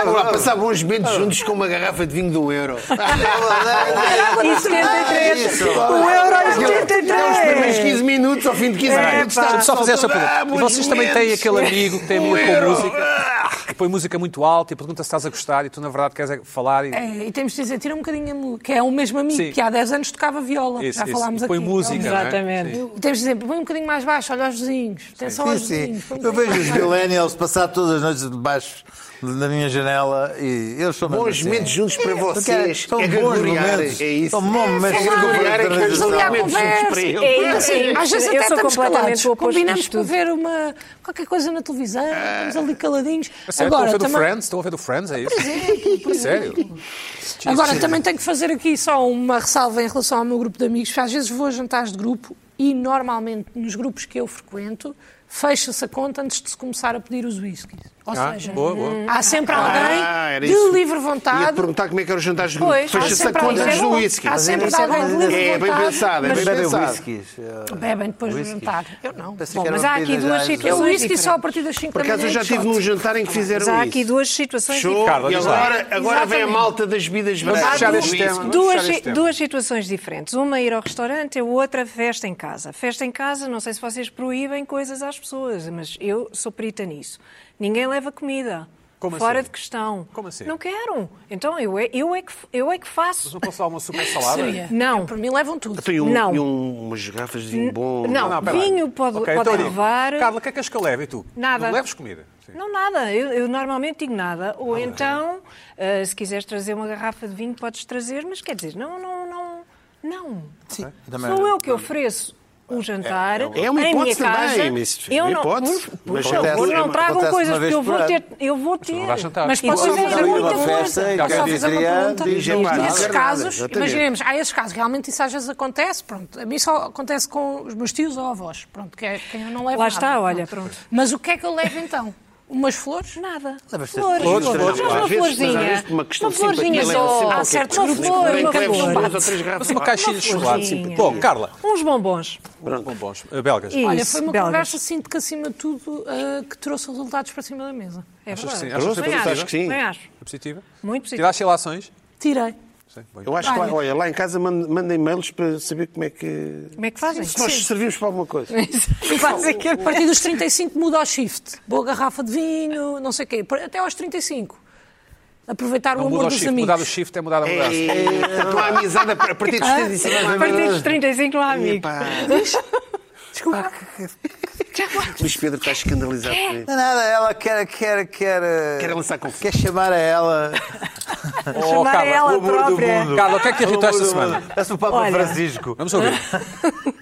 Agora passavam uns momentos juntos com uma garrafa de vinho do euro. E 73. Isso. O euro é 73. Primeiros 15 minutos, ao fim de 15 minutos. Deixa-me só fazer essa soltava, pergunta. "Ah, E vocês bons também têm momentos." aquele amigo que tem Um amigo com Ah. música, que põe música muito alta e pergunta se estás a gostar e tu, na verdade, queres é falar e... É, e temos de dizer, tira um bocadinho a mu- que é o mesmo amigo Sim. que há 10 anos tocava viola. Isso, já isso. falámos E põe aqui. música, não é? Exatamente. Sim. E Temos de dizer, põe um bocadinho mais baixo, olha aos vizinhos. Atenção Sim, aos sim. vizinhos. põe um Eu bocadinho vejo os mais baixo. millennials passar todas as noites debaixo da minha janela e eles são mesmo Bons assim. momentos juntos para vocês. São é bons gregoriar, momentos. É isso. São bons momentos. É gregoriar, é que Vamos estamos ali à Momentos conversa. juntos para É eles. isso. Às vezes Eu até sou estamos completamente calados. o oposto Combinamos disto para tudo. ver uma, qualquer coisa na televisão, Ah. estamos ali É caladinhos. Sério, estão a ver do também- Friends? Estão a ver do Friends, é isso? Sério? Agora, também tenho que fazer aqui só uma ressalva em relação ao meu grupo de amigos. Às vezes vou a jantares de grupo e, normalmente, nos grupos que eu frequento, fecha-se a conta antes de se começar a pedir os whiskies. Ou Ah, seja, hum, boa, boa. há sempre Ah, alguém era de isso. livre Ia vontade. perguntar como é que eram os jantares de grupo. Pois, há Fecha-se a sempre conta alguém- antes do é bom. whisky. Há sempre alguém de livre É bem vontade, pensado, é mas bem Bebem pensado. whiskies. eh, Bebem depois do whiskies. jantar. Eu não. Pensei Bom, que eram mas há aqui bebidas duas às- situações. eu o whisky diferentes. só a partir das 5 Por da manhã. acaso eu já é estive shot. num jantar em que Mas fizeram há aqui isso. duas situações Show. Carla, E diz lá. agora, agora vem a Exatamente. malta das bebidas Vamos brancas. fechar do este whisky. tema. Duas, fechar este tema. duas situações diferentes. Uma é ir ao restaurante e a outra festa em casa. Festa em casa, não sei se vocês proíbem coisas às pessoas, mas eu sou perita nisso. Ninguém leva comida. Como Fora assim? de questão. Como assim? Não quero. Então eu é, eu é, que, eu é que Mas é faço. não posso lá uma super salada? Seria. Não. Eu, Por mim levam tudo. Tem um, Não. E um, umas garrafas de vinho bom. Não, pera lá. vinho pode- Ok, pode eu digo, levar. Carla, o que é que és que eu levo e tu? Nada. Não leves comida? Sim. Não, nada. Eu, eu normalmente digo nada. Ou então, eh, se quiseres trazer uma garrafa de vinho, podes trazer, mas quer dizer, não, não, não. Não. Sim. Também- Sou eu que ofereço um jantar é uma em minha hipótese também, casa. mas- eu uma não, hipótese, por- por mas favor, acontece- não tragam acontece coisas uma vez que eu vou por ter. ano. Eu vou ter. vais jantar. Mas E posso depois fazer é uma muita festa coisa. e Posso quem só fazer uma diria, pergunta? diz, é pá, Nesses não quero nada, casos, exatamente. imaginemos, há esses casos, realmente isso às vezes acontece, pronto, a mim só acontece com os meus tios ou avós, pronto, que é quem eu não levo Lá nada. está, olha, Pronto. pronto. Mas o que é que eu levo então? Umas flores? Nada. Levas-te Flores, flores, flores. flores, Mas uma Às vezes, mas às florzinha. vezes por uma questão Uma de simpatia, florzinha leva sempre só. qualquer Há certos coisa. grupos que Nem levam que leves duas ou flores. três garrafas. Mas uma caixinha de chocolate. florzinha. Bom, Carla, Uns bombons. bombons, eh, belgas. E- Olha, Isso, foi uma belgas. conversa assim de que acima de tudo ah, que trouxe resultados para cima da mesa. É Achas que sim? verdade. Achas que foi Bem positiva? Acho que sim. Bem acho. É positiva? Muito positivo. Tiraste relações? Tirei. Sim, bem. Eu acho que, lá- olha, lá em casa mandem mandem e-mails para saber como é que... Como é que fazem? É, Se nós servimos para alguma coisa. Fazem que- A partir dos 35 muda ao shift. Boa garrafa de vinho, não sei o quê. Até aos 35. Aproveitar o Não amor muda o dos shift. amigos. Mudar o shift é mudar a mudança. É, não há amizade a partir dos é 35 Ah, A partir dos 35 não há amigo. Desculpa. Ah, Luís Pedro está escandalizado com isso. Não é nada, ela quer, quer, quer. eh, Quer lançar confusão. Quer chamar a ela. Oh, Chamar Carla, ela o amor do própria. mundo. Carla, o que é que irritou esta Todo semana? mundo. Parece o Papa Olha. um Francisco. Vamos ouvir.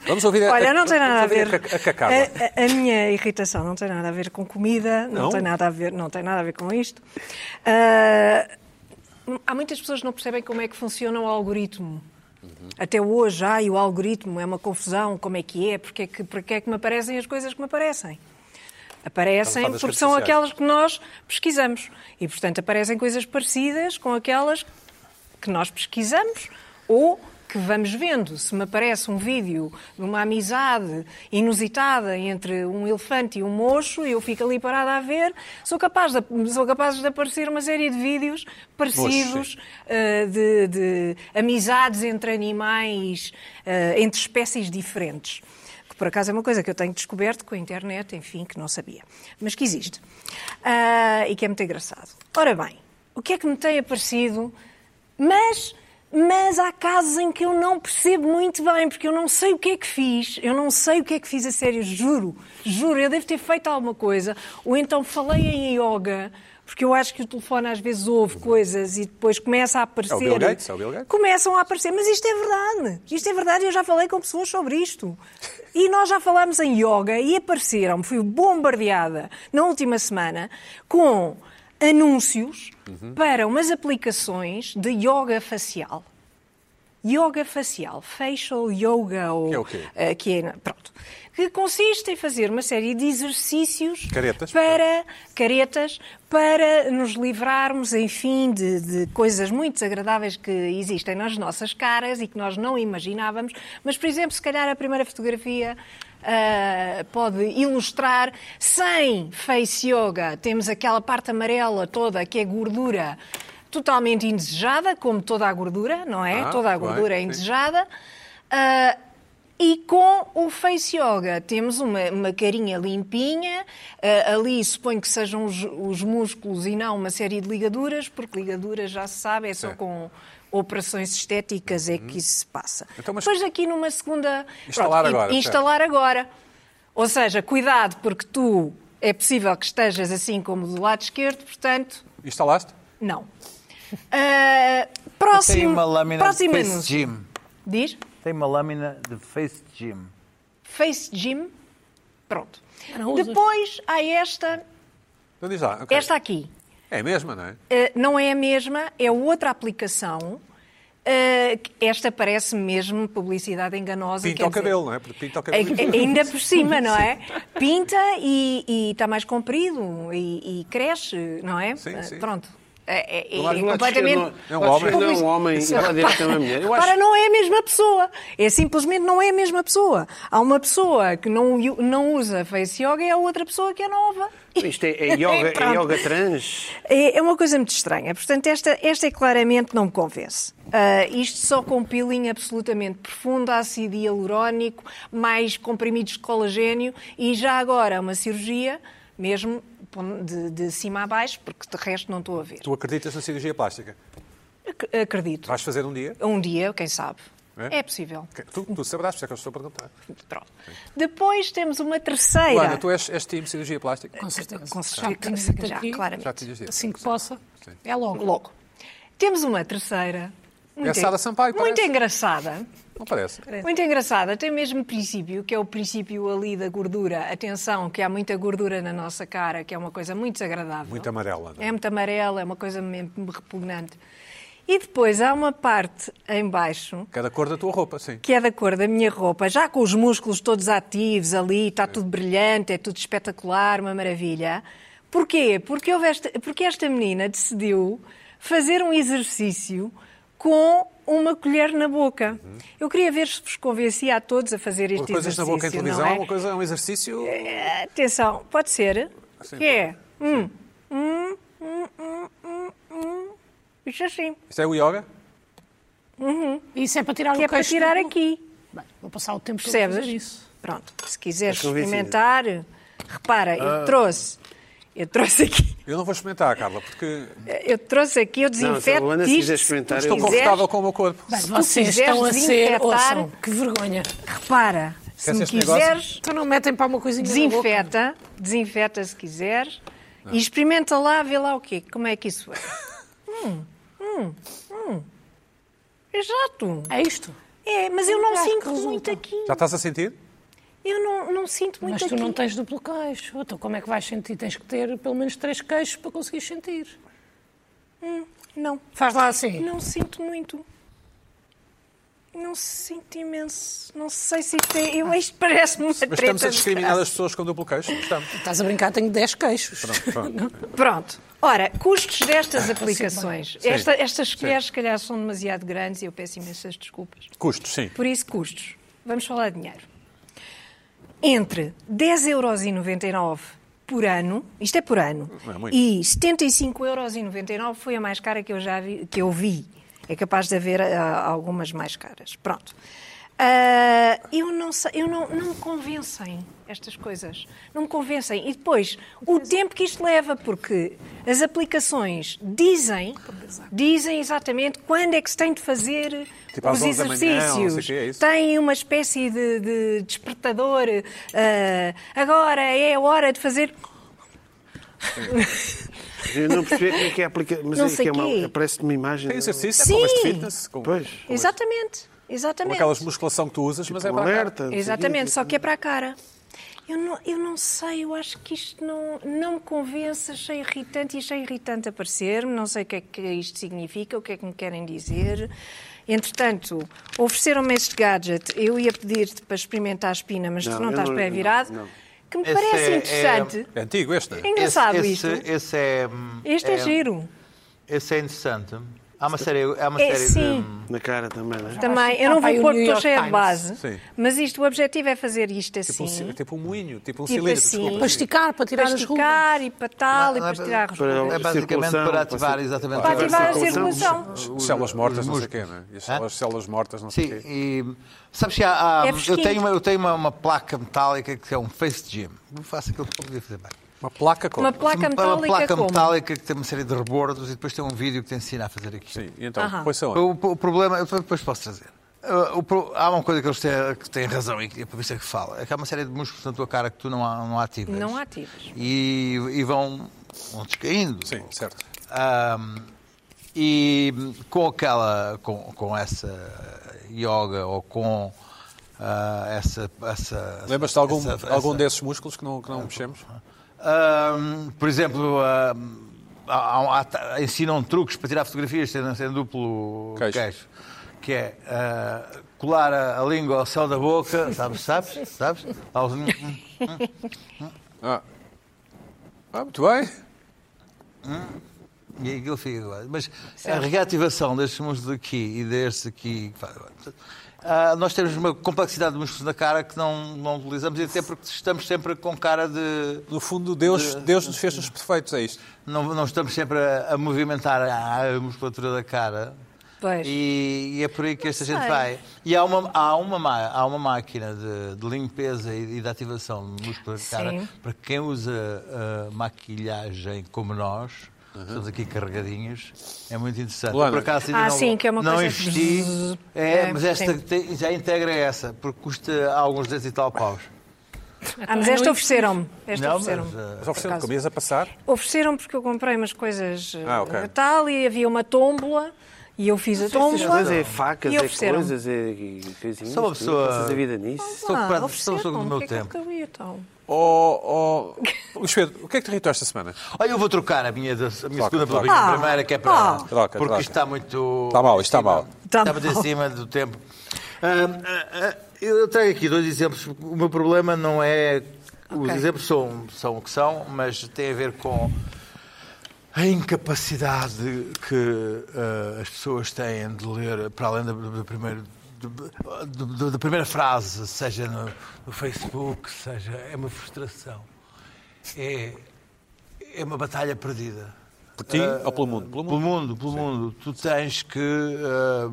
Vamos ouvir a- Olha, não tem nada a vamos ouvir ver. A, Eh, a, a Carla. A- a- a minha irritação não tem nada a ver com comida, não, Não? tem nada a ver, não tem nada a ver com isto. Ah, há muitas pessoas que não percebem como é que funciona o algoritmo. Uhum. Até hoje, ai, o algoritmo é uma confusão, como é que é, porque é que, porque é que me aparecem as coisas que me aparecem. Estás a Aparecem falar das porque redes são sociais. aquelas que nós pesquisamos. E, portanto, aparecem coisas parecidas com aquelas que nós pesquisamos ou que vamos vendo. Se me aparece um vídeo de uma amizade inusitada entre um elefante e um mocho, eu fico ali parada a ver, sou capaz de, sou capaz de aparecer uma série de vídeos parecidos eh, de, de amizades entre animais, eh, entre espécies diferentes. Que por acaso é uma coisa que eu tenho descoberto com a internet, enfim, que não sabia, mas que existe. Ah, e que é muito engraçado. Ora bem, o que é que me tem aparecido mas, mas há casos em que eu não percebo muito bem, porque eu não sei o que é que fiz, eu não sei o que é que fiz a sério, juro, juro, eu devo ter feito alguma coisa, ou então falei em yoga, porque eu acho que o telefone às vezes ouve coisas e depois começa a aparecer. Bill Gates, é o Bill Gates. Começam a aparecer, mas isto é verdade, isto é verdade, eu já falei com pessoas sobre isto. E nós já falámos em yoga e apareceram, fui bombardeada na última semana com anúncios Uhum. para umas aplicações de yoga facial. Yoga facial, facial yoga, ou, Que é o quê? eh, que é- pronto, que consiste em fazer uma série de exercícios Caretas, para caretas para nos livrarmos, enfim, de, de coisas muito desagradáveis que existem nas nossas caras e que nós não imaginávamos. Mas, por exemplo, se calhar a primeira fotografia ah, pode ilustrar sem face yoga. Temos aquela parte amarela toda que é gordura totalmente indesejada, como toda a gordura, não é? Ah, toda a bem, gordura é sim. indesejada. Ah, e com o Face Yoga temos uma, uma carinha limpinha, ah, ali suponho que sejam os, os músculos e não uma série de ligaduras, porque ligaduras já se sabe, é só Sim. com operações estéticas é que isso se passa. Então, mas- Depois aqui numa segunda... Instalar Pronto, e- agora, Instalar agora. Ou seja, cuidado porque tu é possível que estejas assim como do lado esquerdo, portanto, Instalaste? não. Ah, próximo, Tem uma lâmina próximo de Face anúncio. Gym. Diz? Tem uma lâmina de Face Gym. Face Gym. Pronto. Não usas. Depois há esta, Então diz lá. ok. esta aqui. É a mesma, não é? Uh, não é a mesma, é outra aplicação. Uh, que esta parece mesmo publicidade enganosa. Pinta quer o cabelo, não é? Porque pinta o cabelo. A- a- Ainda por cima, não é? Pinta e e está mais comprido e, e cresce, não é? Sim, Uh, sim. Pronto. É, é- é Do lado esquerdo completamente. É um do lado homem. esquerdo Não, é um homem. Isso. do lado direito é uma mulher. Eu Para acho não é a mesma pessoa. É simplesmente não é a mesma pessoa. Há uma pessoa que não, não usa face yoga e há outra pessoa que é nova. que isto é, é yoga, é Pronto. yoga trans. É é uma coisa muito estranha. Portanto, esta, esta é claramente não me convence. Ah, isto só com peeling absolutamente profundo, ácido hialurónico, mais comprimidos de colagênio e já agora uma cirurgia, mesmo de, de cima a baixo, porque de resto não estou a ver. Tu acreditas na cirurgia plástica? Ac- Acredito. Vais fazer um dia? Um dia, quem sabe. É? É possível. Ok, Tu, tu saberás, por isso é que eu estou a perguntar. Pronto. Depois temos uma terceira. Luana, tu és, és time cirurgia plástica? Eh, Com certeza. Com Já certeza. tínhamos dito Já, aqui, claramente. Já tinhas dito. Assim que possa, é logo. Logo. Temos uma terceira. É a Sara Sampaio, Muito parece. engraçada. Não parece? Muito engraçada. Tem o mesmo princípio, que é o princípio ali da gordura. Atenção, que há muita gordura na nossa cara, que é uma coisa muito desagradável. Muito amarela, não é? É muito amarela, é uma coisa mesmo repugnante. E depois há uma parte em baixo Cada cor da tua roupa, sim. que é da cor da minha roupa, já com os músculos todos ativos ali, está tudo brilhante, é tudo espetacular, uma maravilha. Porquê? Porque, houve esta, porque esta menina decidiu fazer um exercício com uma colher na boca. Eu queria ver se vos convencia a todos a fazer este Coisas na exercício. boca em não televisão é? é uma coisa, é um exercício. Atenção, pode ser? Sim, que é? Hum, hum, hum, hum, hum, hum. Isto assim. Isto é o yoga? Isso é para tirar Que o é para queixo tirar do- aqui. Bem, vou passar o tempo todo a Percebes? fazer isso. Pronto, se quiseres Estás convencida? experimentar, repara, Ah. eu trouxe. Eu trouxe aqui, Eu não vou experimentar, Carla, porque eu trouxe aqui, eu Não, se a desinfeto Luana se isto. quiser experimentar, se eu- estou quiseres, confortável com o meu corpo. Bem, Se tu vocês quiseres estão a ser, desinfetar- ouçam, que vergonha. Repara, se Queres me este negócio? quiseres, Então não metem para uma coisinha na boca. desinfeta, desinfeta se quiseres, Ah. e experimenta lá, vê lá o quê, como é que isso é. hum, hum, hum. Exato. É isto? É, mas eu não Será que sinto muito resulta? aqui. Já estás a sentir? Eu não, não sinto muito Mas aqui. tu não tens duplo queixo. Então como é que vais sentir? Tens que ter pelo menos três queixos para conseguir sentir. Não. Faz lá assim. Não sinto muito. Não sinto imenso. Não sei se isto é. Eu, isto parece-me Ah. uma Mas treta estamos a de discriminar as pessoas com duplo queixo? Estamos. Estás a brincar, tenho dez queixos. graça. Pronto. Ora, custos Ah, destas aplicações. Esta- estas colheres, se calhar, são demasiado grandes e eu peço imensas desculpas. Custos, sim. Por isso, custos. Vamos falar de dinheiro. Entre 10,99€ por ano, isto é por ano, Não é muito. e 75,99€ foi a mais cara que eu já vi, que eu vi. É capaz de haver ah, algumas mais caras. Pronto. Ah, eu não sei, eu não, não me convencem estas coisas. Não me convencem. E depois, o tempo que isto leva, porque as aplicações dizem, dizem exatamente quando é que se tem de fazer Tipo, às os 11 da manhã, ou não sei o exercícios. quê, é isso? Tem uma espécie de, de despertador. ah, agora é a hora de fazer. Eu não percebi como é que é aplicado. Mas Não é que sei é uma. quê. Aparece-me uma imagem. Tem não- exercício, Sim. é com este fitness. Com... Pois. Exatamente. Com Exatamente. aquelas musculação que tu usas, mas é Um para a cara. alerta. não sei o quê. Exatamente, só que é para a cara. Eu não, eu não sei, eu acho que isto não, não me convence, achei irritante e achei irritante aparecer-me, não sei o que é que isto significa, o que é que me querem dizer. Entretanto, ofereceram-me este gadget, eu ia pedir-te para experimentar a espina, mas Não, tu não eu estás não- bem virado, não, não. que me Esse parece é- é- interessante. É antigo este, não É é? engraçado esse, isto. Esse, esse é. hum, este é, giro. Esse é interessante. Há uma série, há uma É, série sim. de. hum, Na cara também, não é? Também, eu Ah, não pá, e vou o pôr New porque estou York cheia de Times? base. Sim. Mas isto, o objetivo é fazer isto Tipo assim. um, ci- tipo um moinho, tipo um Tipo cilindro, assim. desculpa. Para esticar, Ah, para tirar para as rugas. esticar e para tal, e Não, para é tirar as para- rugas. É basicamente Circulação, para ativar para- exatamente Para ativar a circulação. circulação. Células mortas, não sei o quê, não é? E as células, células mortas, não sei Sim, o quê. e sabes que há, há- É eu fresquinho. tenho, uma, eu tenho uma, uma placa metálica que é um face gym. Não faço aquilo que eu podia fazer bem. Uma placa com. Uma placa uma metálica placa como? metálica que tem uma série de rebordos e depois tem um vídeo que te ensina a fazer aquilo. Sim, e então, Aham. pois são. O, o problema, eu depois posso trazer. Uh, o pro- há uma coisa que eles têm, que têm razão e que a polícia que fala: é que há uma série de músculos na tua cara que tu não, a- não ativas. Não ativas. E, e vão, vão descaindo. Sim, certo. Ahm, e com aquela, com, com essa yoga ou com ah, essa, essa. Lembras-te de algum, essa- algum essa- desses músculos que não, que não mexemos? Ahm, por exemplo, ahm, há- há- há- ensinam truques para tirar fotografias sem, sem duplo Queixo. queixo. Que é ah, colar a, a língua ao céu da boca, sabes? Sabes? sabes? um, Lá os- Ah. Ah, muito bem. E é aquilo fica agora. Mas a reativação destes músculos aqui e deste aqui. ah, nós temos uma complexidade de músculos na cara que não, não utilizamos, e até porque estamos sempre com cara de. No fundo, Deus, Deus nos fez-nos perfeitos, é isto. Não, não estamos sempre a, a movimentar a, a musculatura da cara. Pois. E, e é por aí que esta sei. gente vai. E há uma, há uma, ma- há uma máquina de, de limpeza e, e de ativação de músculo da cara Sim. para quem usa ah, maquilhagem como nós. Estamos aqui carregadinhos. É muito interessante. Luana. Por acaso ainda Ah, não, sim, que é uma não coisa- investi. É, É, mas esta sim. tem- já integra essa, porque custa alguns 10 e tal paus. Ah, mas esta ofereceram-me. Esta Não, mas, ofereceram ah, Mas oferecendo comidas a passar. Ofereceram porque eu comprei umas coisas eh, Ah, ok. tal e havia uma tómbola e eu fiz a Essas tómbola. coisas é facas, e é ofereceram-me. coisas, é e coisinhas. Sou uma tu pessoa- Passas a vida nisso. Estou Ah, preparado, estou ofereceram-me. sobre o meu que é que tempo. eu ia, então? Oh, oh. Luís Pedro, o que é que te irritou esta semana? Olha, eu vou trocar a minha, da- a minha segunda pela troca. minha Ah, primeira, que é para. ah. Troca, porque troca. isto está muito. Está mal, isto está mal. Está Está muito mal. acima do tempo. Hum, ah, ah, eu trago aqui dois exemplos. O meu problema não é. Os Ok. exemplos são, são o que são, mas tem a ver com a incapacidade que ah, as pessoas têm de ler, para além da, da primeira. do- do- da primeira frase, seja no, no Facebook, seja. É uma frustração. É, é uma batalha perdida. Por ti ou pelo mundo? Eh, Pelo mundo. Pelo mundo, pelo mundo. Tu tens que ah,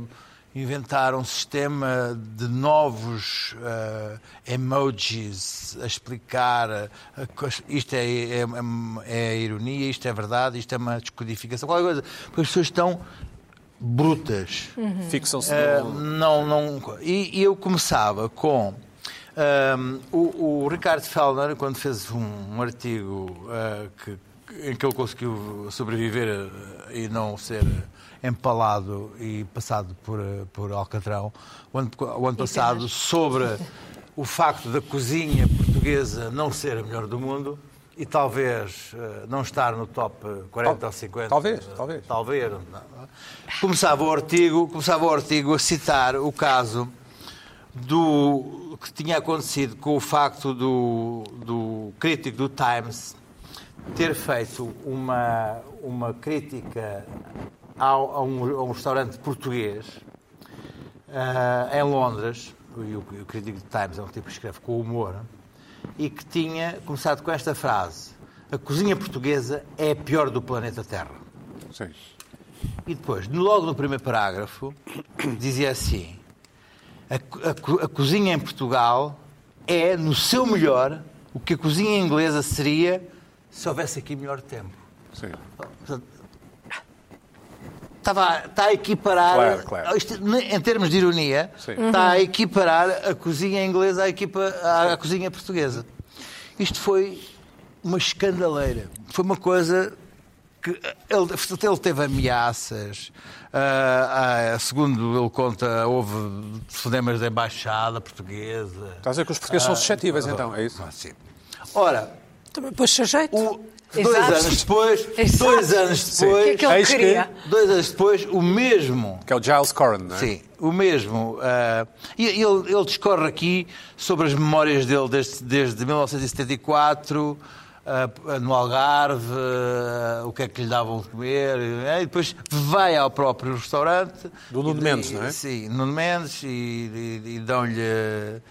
inventar um sistema de novos ah, emojis a explicar ah, cos- isto é, é, é- é ironia, isto é verdade, isto é uma descodificação, qualquer coisa. Porque as pessoas estão brutas. Fixam-se Ah, no mundo. não, não. E, e eu começava com ahm, o, o Ricardo Fellner, quando fez um, um artigo ah, que- em que ele conseguiu sobreviver ah, e não ser empalado e passado por, ah, por Alcatrão, o ano, o ano passado, sobre o facto da cozinha portuguesa não ser a melhor do mundo. E talvez ah, não estar no top 40 Tal- ou 50. talvez, ah, talvez. Talvez. não- não. Começava o artigo, começava o artigo a citar o caso do que tinha acontecido com o facto do, do crítico do Times ter feito uma, uma crítica ao- a, um, a um restaurante português ah, em Londres, e o, o crítico do Times é um tipo que escreve com humor, e que tinha começado com esta frase: A cozinha portuguesa é a pior do planeta Terra. Sim. E depois, logo no primeiro parágrafo, dizia assim: a, co- a co- a cozinha em Portugal é, no seu melhor, o que a cozinha inglesa seria se houvesse aqui melhor tempo. Sim. Portanto, Estava, está a equiparar, Claro, claro. tá Isto, ne- em termos de ironia, Sim. está a equiparar a cozinha inglesa à, equipa, à, à cozinha portuguesa. Isto foi uma escandaleira. Foi uma coisa que ele, ele teve ameaças. ah, ah, segundo ele conta, houve cinemas da embaixada portuguesa. Estás a dizer que os portugueses são suscetíveis, então, é isso? Ah, sim. Ora, Também pôs-se a jeito. o- Exato. dois anos depois, Exato. dois anos Sim. depois, O que é que ele Eis que- queria? dois anos depois, o mesmo Que é o Giles Corran, não é? Sim, o mesmo. ah, e ele, ele discorre aqui sobre as memórias dele desde, desde 1974, ah, no Algarve, ah, o que é que lhe davam de comer, eh, e depois vai ao próprio restaurante. Do Nuno E- Mendes, e- não é? Sim, assim, Nuno Mendes, e, e- e dão-lhe. eh,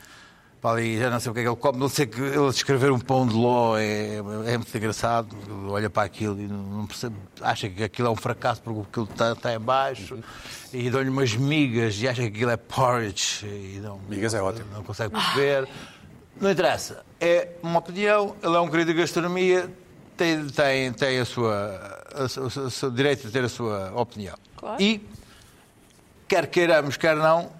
pá, ali, já não sei o que é que ele come, não sei que ele descrever um pão de ló é, é muito engraçado. Olha para aquilo e não, não percebe, acha que aquilo é um fracasso porque aquilo está, está em baixo. E dão-lhe umas migas e acha que aquilo é porridge. E não, Migas é ótimo. Não consegue perceber. Não interessa. É uma opinião, ele é um querido de gastronomia, tem, tem, tem a sua, a sua- o seu direito de ter a sua opinião. Claro. E, quer queiramos, quer não,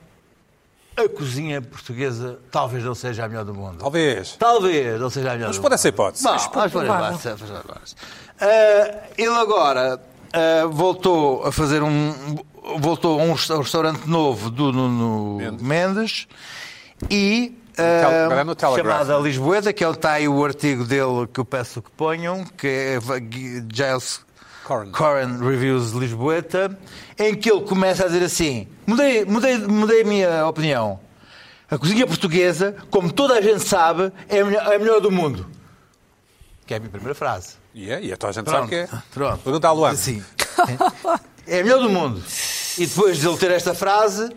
a cozinha portuguesa talvez não seja a melhor do mundo. Talvez. Talvez não seja a melhor Mas do pode mundo. essa hipótese. Não, Mas- mas pode provável. essa, mas pode essa. Ah, Ele agora ah, voltou a fazer um. Voltou a um resta- um restaurante novo do Nuno Mendes, e. Tel- ah, era no Telegraph. chamada Lisboeta, que ele está aí o artigo dele que eu peço que ponham, que é Va- Gui- Giles Corran. Coran Reviews Lisboeta, em que ele começa a dizer assim: mudei, mudei, mudei a minha opinião. A cozinha portuguesa, como toda a gente sabe, é a melhor, é a melhor do mundo. Que é a minha primeira frase. E é, e a toda a gente sabe Pronto. que é. Pronto. Pergunta à Luana. Assim. É a melhor do mundo. E depois de ele ter esta frase,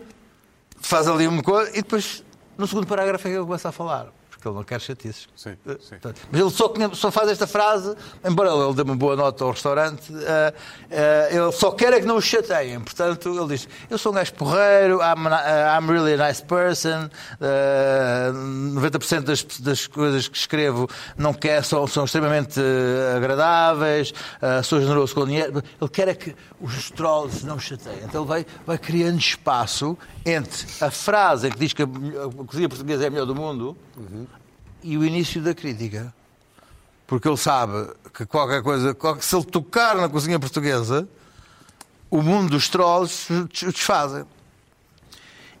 faz ali uma coisa, e depois, no segundo parágrafo, é que ele começa a falar. Porque ele não quer chatices. Eh, Sim, sim. Portanto, Mas ele só, conhe- só faz esta frase, embora ele dê uma boa nota ao restaurante, ah, ah, ele só quer é que não o chateiem. Portanto, ele diz: Eu sou um gajo porreiro, I'm, a- ah, I'm really a nice person, ah, 90% das, das coisas que escrevo não quer, são, são extremamente ah, agradáveis, ah, sou generoso com o dinheiro. Ele quer é que os trolls não chateiem. Então ele vai, vai criando espaço entre a frase em que diz que a, a cozinha portuguesa é a melhor do mundo e o início da crítica. Porque ele sabe que qualquer coisa, qual- se ele tocar na cozinha portuguesa, o mundo dos trolls o des- o desfazem.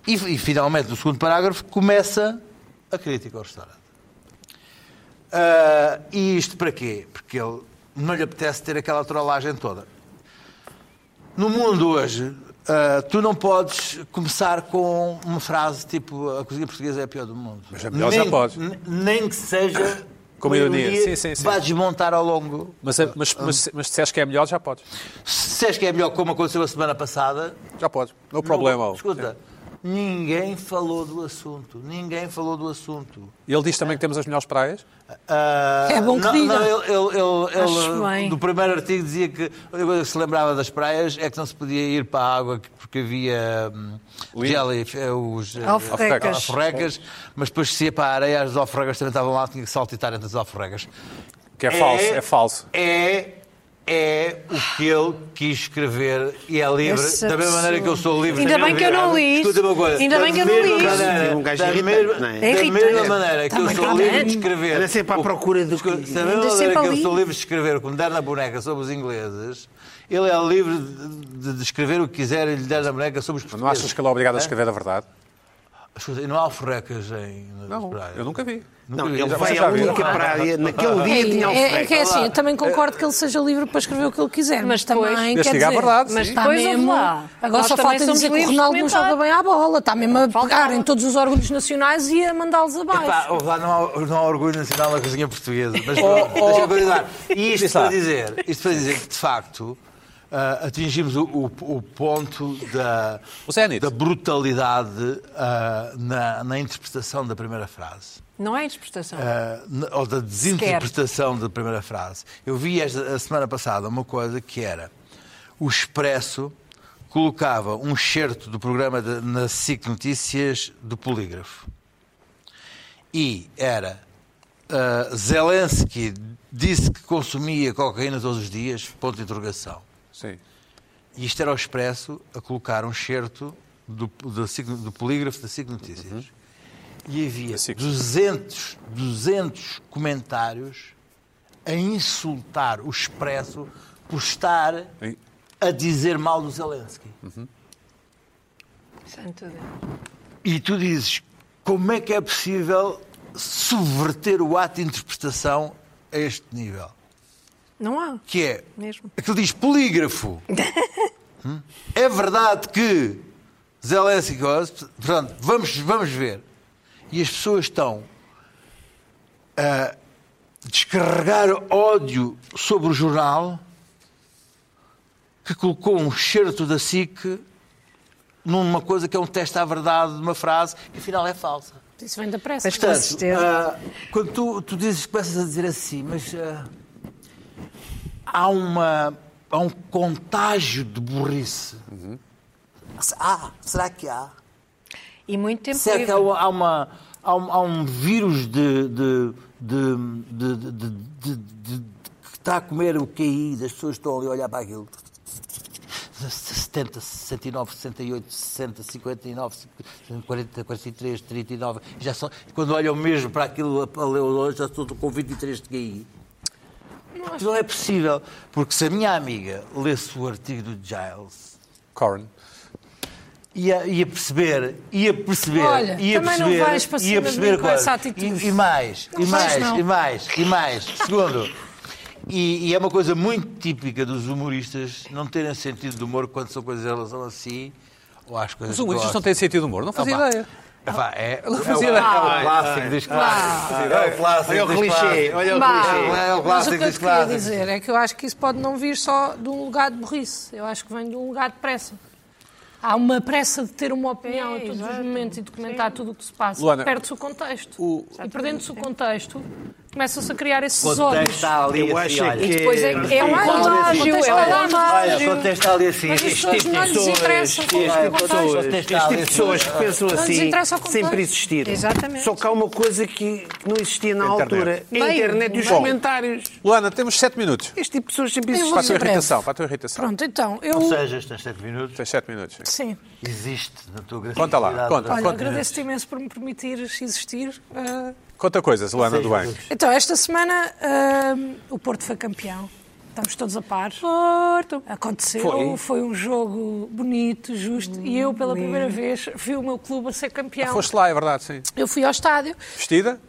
E, e, finalmente, no segundo parágrafo, começa a crítica ao restaurante. Ah, e isto para quê? Porque ele não lhe apetece ter aquela trollagem toda. No mundo hoje, ah, tu não podes começar com uma frase tipo a cozinha portuguesa é a pior do mundo. Mas a melhor já podes. ne- Nem que seja Com uma ironia. Sim, sim, sim. Vai desmontar ao longo. Mas, eh, mas, mas, mas se disseste que é melhor, já podes. Se disseres que é melhor como aconteceu a semana passada, Já podes. No problema. não- escuta, ninguém falou do assunto. Ninguém falou do assunto. E ele diz também que temos as melhores praias. Ah, É bom que não, diga. não, ele, ele- ele- Acho ele, bem. No primeiro artigo dizia que a única coisa que se lembrava das praias é que não se podia ir para a água que- porque havia hum, jelly, eh, os eh, Alforrecas. alforrecas, mas depois se ia para a areia, as alforrecas também estavam lá, tinha que saltitar entre as alforrecas. Que é, falso. É falso. É, é o que ele quis escrever e é livre, Esse da mesma maneira que eu sou livre. Ainda da bem minha que eu não li isso. Escuta uma coisa. Ainda bem que eu não da mesma li isso. maneira- Um gajo da irritante, mesma- não é? Da É mesma irritante. maneira que eu Também sou está livre bem. de escrever. Era sempre à procura do Escuta, que- Da mesma Anda maneira sempre que eu ali. sou livre de escrever como der na boneca sobre os ingleses, ele é livre de, de escrever o que quiser e lhe der na boneca sobre os Não portugueses. achas que ele é obrigado a escrever a verdade? Escuta, e não há alforrecas em... nas Não, praias? eu nunca vi. Não, vi. ele Já- vai já à viram? única praia. Ah, Naquele É, dia tinha é, é que é alfredo. assim, eu também concordo que ele seja livre para escrever o que ele quiser, mas também Pois. quer Investiga a dizer, verdade, mas sim. está Pois, ouve mesmo, lá. agora Nós só também falta somos dizer que o livres de Ronaldo não comentar. joga bem à bola, está mesmo a Falta pegar em nada. todos os órgãos nacionais e a mandá-los Epá, abaixo. ouve lá, não, há, não há orgulho nacional na cozinha portuguesa. Mas pronto, deixa-me continuar. E isto Oh, Diz lá. para, dizer, isto para dizer que, de facto, ah, atingimos o, o- o ponto da, O zénite. da brutalidade ah, na, na interpretação da primeira frase. Não é interpretação. Ah, na- ou da desinterpretação da primeira frase. Eu vi esta, a semana passada uma coisa que era o Expresso colocava um excerto do programa de- na SIC Notícias do Polígrafo. E era ah, Zelensky disse que consumia cocaína todos os dias, ponto de interrogação. Sim. E isto era o Expresso a colocar um excerto do, da SIC do polígrafo da SIC Notícias. E havia Da SIC. 200, 200 comentários a insultar o Expresso postar Sim. a dizer mal do Zelensky. Santo Deus. E tu dizes, como é que é possível subverter o ato de interpretação a este nível? Não há. Que é, Mesmo. aquilo diz polígrafo. Hum? é verdade que Zelensky... gosta- Portanto, vamos, vamos ver. E as pessoas estão a descarregar ódio sobre o jornal que colocou um excerto da SIC numa coisa que é um teste à verdade de uma frase que afinal é falsa. Isso vem da pressa. Mas com certeza. ah, quando tu, tu dizes, começas a dizer assim, mas ah, há, uma, há um contágio de burrice. Ah, será que Uhum. há? E muito tempo Será é que há, livre. há uma, há, um, há um vírus de, de, de, de- de- de- de- de- que está a comer o QI das pessoas que estão ali a olhar para aquilo? 70, 69, 68, 60, 59, 40, 43, 39. Já são, quando olham mesmo para aquilo a, a ler hoje, já estou com 23 de QI. Porque Não é possível, porque se a minha amiga lesse o artigo do Giles, Corn. ia, ia perceber, ia perceber, Olha, ia também não perceber, vais para cima ia de perceber mim com coisas. essa atitude. E, e mais, Não e vais, mais, não. e mais, e mais. Segundo, e, e é uma coisa muito típica dos humoristas não terem sentido de humor quando são coisas em relação a si ou às coisas Os humoristas que não têm sentido de humor, não fazia Opa. ideia. Ah, pá, é, é, o- Não é, o, fazia é o ideia. clássico dos clássicos. É o clássico Olha o dos clichê, clássicos. olha o Bah. clichê. É o Mas o clássico que eu dos te queria clássicos. dizer é que eu acho que isso pode não vir só de um lugar de burrice. Eu acho que vem de um lugar de pressa. Há uma pressa de ter uma opinião É, a todos os momentos e documentar tudo o que se passa. Luana, Perde-se o contexto. o- E perdendo-se o contexto, começam-se a criar esses O contexto ódios. está ali Eu assim, acho olha. é que- Pois é, é um Olha, contágio, é um olha, Olha, o contágio. contexto está ali assim. Mas as pessoas não lhes interessa. este o tipo de contexto. pessoas. tipo Este tipo de pessoas que pensam Não lhes assim interessa o contexto. sempre existiram. Exatamente. Só que há uma coisa que não existia na Internet. altura: é a Bem, internet e os bem. comentários. Luana, temos 7 minutos. Este tipo de pessoas sempre Eu vou Para a existiram. tua Em breve. irritação, para a tua irritação. Pronto, então, eu... Ou seja, estes 7 minutos Tens 7 minutos. Sim. existe na tua grande Conta lá, conta. Olha, agradeço-te imenso por me permitires existir. Ah, Conta coisas, Luana do Bem. Então, esta semana ahm, o Porto foi campeão. Estamos todos a par. Porto! Aconteceu, Foi. foi, um jogo bonito, justo, e eu pela primeira vez vi o meu clube a ser campeão. Foste lá, é verdade, sim. Eu fui ao estádio, Vestida?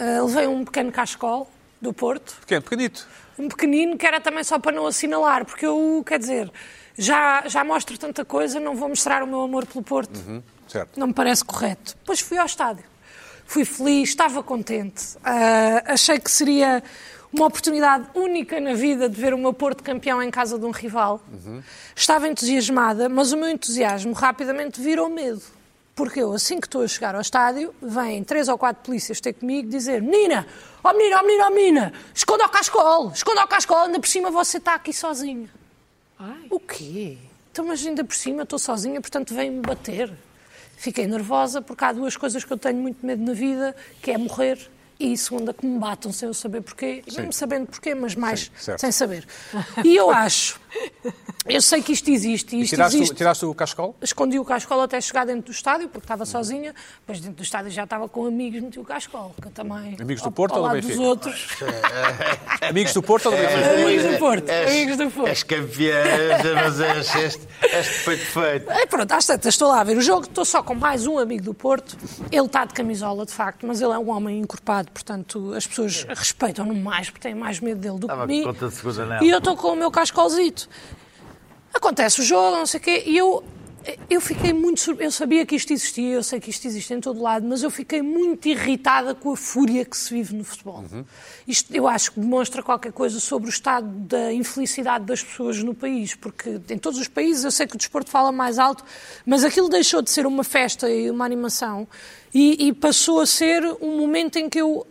ah, levei um pequeno cascol do Porto, Pequeno, pequenito. um pequenino que era também só para não assinalar, porque eu, quer dizer, já, já mostro tanta coisa, não vou mostrar o meu amor pelo Porto. Hum, certo. Não me parece correto. Depois fui ao estádio. Fui feliz, estava contente. Ah, achei que seria uma oportunidade única na vida de ver o meu Porto campeão em casa de um rival. Estava entusiasmada, mas o meu entusiasmo rapidamente virou medo. Porque eu, assim que estou a chegar ao estádio, vêm três ou quatro polícias ter comigo dizer: Menina, ó menina, ó menina, ó menina, esconda o cascol, esconda o cascol, ainda por cima você está aqui sozinha. O quê? Então, mas ainda por cima estou sozinha, portanto vem-me bater. Fiquei nervosa porque há duas coisas que eu tenho muito medo na vida, que é morrer e segunda que me batam sem eu saber porquê, e mesmo sabendo porquê, mas mais certo. sem saber. E eu acho, eu sei que isto existe, e E isto tiraste, o- existe tiraste o cascol? escondi o cascola até chegar dentro do estádio, porque estava sozinha. Depois dentro do estádio já estava com amigos, meti o cascola, que eu também... Amigos do ao- Porto ao ou do lado Benfica? dos outros. Amigos do Porto ou do Benfica? amigos do Porto, amigos do Porto. És campeã, mas és este, este feito feito. É, pronto, às tantas estou lá a ver o jogo, estou só com mais um amigo do Porto. Ele está de camisola, de facto, mas ele é um homem encorpado, portanto as pessoas respeitam-no mais, porque têm mais medo dele do Estava que mim. com tanta segunda nela. E eu estou com o meu cascolzito. Acontece o jogo, não sei o quê, e eu, eu fiquei muito. sur- Eu sabia que isto existia, eu sei que isto existe em todo lado, mas eu fiquei muito irritada com a fúria que se vive no futebol. Isto eu acho que demonstra qualquer coisa sobre o estado da infelicidade das pessoas no país, porque em todos os países eu sei que o desporto fala mais alto, mas aquilo deixou de ser uma festa e uma animação e- e passou a ser um momento em que eu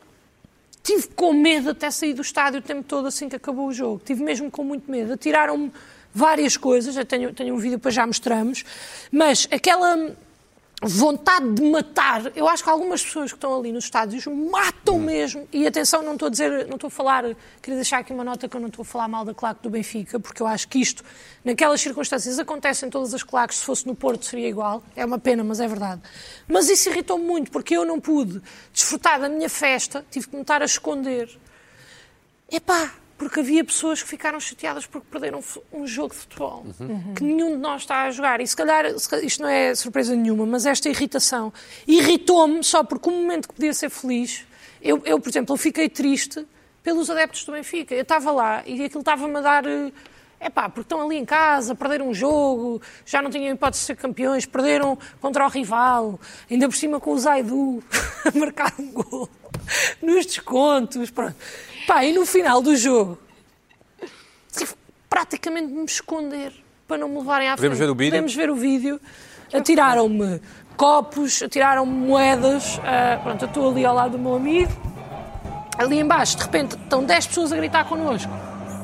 Tive com medo até sair do estádio o tempo todo assim que acabou o jogo. Tive mesmo com muito medo. Atiraram-me várias coisas. Eu tenho, tenho um vídeo para já mostramos. Mas aquela vontade de matar, eu acho que algumas pessoas que estão ali nos estádios matam mesmo. E atenção, não estou a dizer, não estou a falar, queria deixar aqui uma nota que eu não estou a falar mal da claque do Benfica, porque eu acho que isto, naquelas circunstâncias, acontece em todas as claques. Se fosse no Porto seria igual. É uma pena, mas é verdade. Mas isso irritou-me muito, porque eu não pude desfrutar da minha festa, tive que me estar a esconder. Epá, porque havia pessoas que ficaram chateadas porque perderam fu- um jogo de futebol que nenhum de nós está a jogar. E se calhar, se calhar- isto não é surpresa nenhuma, mas esta irritação irritou-me só porque um momento que podia ser feliz, eu, eu, por exemplo, eu fiquei triste pelos adeptos do Benfica. Eu estava lá e aquilo estava-me a dar. É pá, porque estão ali em casa, perderam um jogo, já não tinham hipótese de ser campeões, perderam contra o rival, ainda por cima com o Zaidu a marcar um gol nos descontos. Pronto. Pá, e no final do jogo, tive praticamente de me esconder para não me levarem à Podemos frente. ver o vídeo? Podemos ver o vídeo. Atiraram-me copos, atiraram-me moedas. ah, pronto, eu estou ali ao lado do meu amigo. Ali embaixo, de repente, estão 10 pessoas a gritar connosco.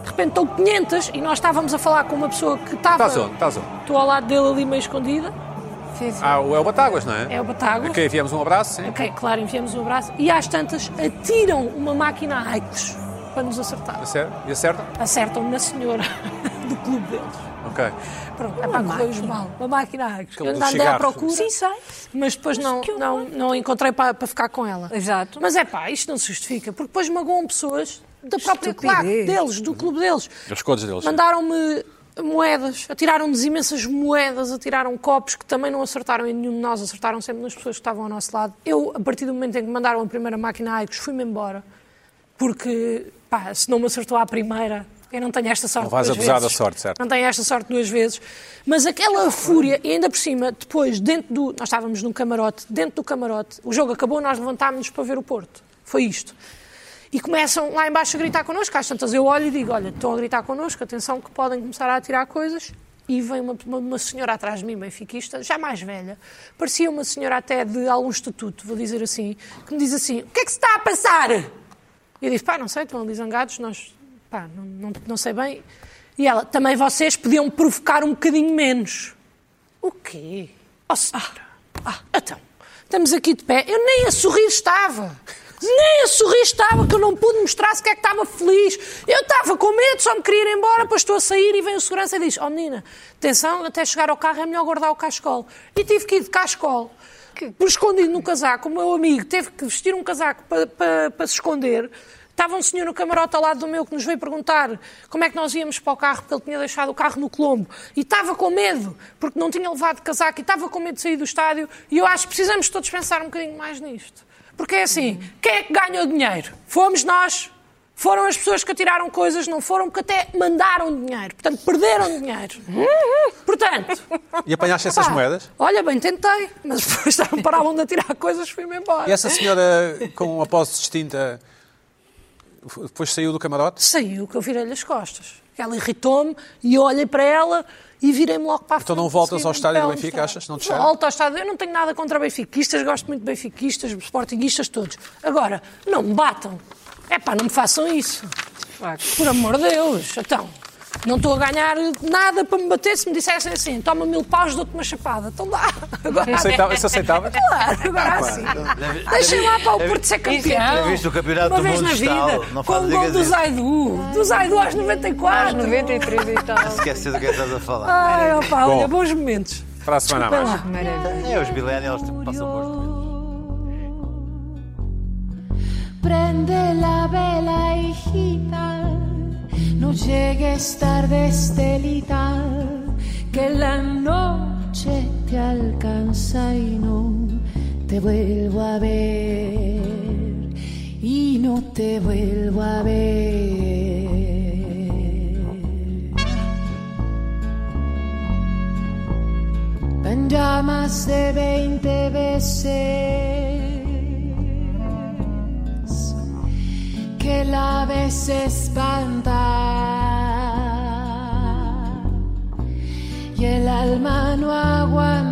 De repente estão 500 e nós estávamos a falar com uma pessoa que estava... Estás onde? Estás onde? Estou ao lado dele ali meio escondida. Sim, sim. Ah, o El Batáguas, não é? É o Batago. Ok, enviamos um abraço, sim. Ok, claro, enviamos um abraço. E às tantas atiram uma máquina a Aikos para nos acertar. Acer- E acerta? Acertam-me na senhora do clube deles. Ok. Pronto, é para correr mal. Uma máquina a Aikos. Aquele Eu do ainda andei à cigarro. procura. Sim, sei. Mas depois não, não, não encontrei para, para ficar com ela. Exato. Mas é pá, isto não se justifica, porque depois magoam pessoas da própria Estupidez. claque deles, do clube deles. Os codes deles. Mandaram-me moedas, atiraram-nos imensas moedas, atiraram copos que também não acertaram em nenhum de nós, acertaram sempre nas pessoas que estavam ao nosso lado. Eu, a partir do momento em que mandaram a primeira máquina a Aicos, fui-me embora, porque pá, se não me acertou à primeira, eu não tenho esta sorte Não vais duas abusar da vezes. sorte, certo? Não tenho esta sorte duas vezes. Mas aquela fúria, e ainda por cima, depois, dentro do. Nós estávamos num camarote, dentro do camarote, o jogo acabou, nós levantámos-nos para ver o Porto. Foi isto. E começam lá embaixo a gritar connosco. Às tantas eu olho e digo: olha, estão a gritar connosco, atenção, que podem começar a atirar coisas. E vem uma, uma, uma senhora atrás de mim, benfiquista, já mais velha, parecia uma senhora até de algum estatuto, vou dizer assim, que me diz assim: o que é que se está a passar? E eu disse, pá, não sei, estão ali zangados, nós, pá, não, não, não sei bem. E ela, também vocês podiam provocar um bocadinho menos. O quê? Oh, senhora. Ah, então, estamos aqui de pé. Eu nem a sorrir estava. Nem a sorrir estava, que eu não pude mostrar sequer que estava feliz. Eu estava com medo, só me queria ir embora, depois estou a sair e vem o segurança e diz, oh menina, atenção, até chegar ao carro é melhor guardar o cascol. E tive que ir de cascol. Por escondido no casaco, o meu amigo teve que vestir um casaco para se esconder. Estava um senhor no camarote ao lado do meu que nos veio perguntar como é que nós íamos para o carro, porque ele tinha deixado o carro no Colombo. E estava com medo, porque não tinha levado casaco, e estava com medo de sair do estádio. E eu acho que precisamos todos pensar um bocadinho mais nisto. Porque é assim, quem é que ganhou dinheiro? Fomos nós. Foram as pessoas que atiraram coisas, não foram, que até mandaram dinheiro. Portanto, perderam dinheiro. Portanto, E apanhaste essas pá, moedas? Olha, bem, tentei, mas depois estavam- paravam de atirar coisas, fui-me embora. E essa senhora com a posse distinta depois saiu do camarote? Saiu que eu virei-lhe as costas. Ela irritou-me e eu olhei para ela e virei-me logo para a frente. Então não voltas Segui-me ao estádio do pela Benfica, mostrada. achas? Não te cheira? Volto ao estádio. Eu não tenho nada contra benfiquistas, gosto muito de benfiquistas, sportinguistas todos. Agora, não me batam. É pá, não me façam isso. Por amor de Deus. Então, não estou a ganhar nada para me bater se me dissessem assim, toma mil paus, dou-te uma chapada. Então dá. Agora, Aceitava- Isso aceitava? Claro, agora assim. Deixem lá para o Porto ser campeão. Já é viste o campeonato Uma do vez mundo na digital? vida, Não com fala, o gol digas do isso. Zaidu. Do Zaidu aos 94. Às 93 e tal. Esquece do que estás a falar. Ah, Ai, opa, olha, Bom. bons momentos. Para a semana a Vai mais. lá. É, os millennials passam por Prende la vela, hijita. No llegues tarde, Estelita, que la noche te alcanza y no te vuelvo a ver. Y no te vuelvo a ver. En llamas de 20 veces que la vez espanta y el alma no aguanta.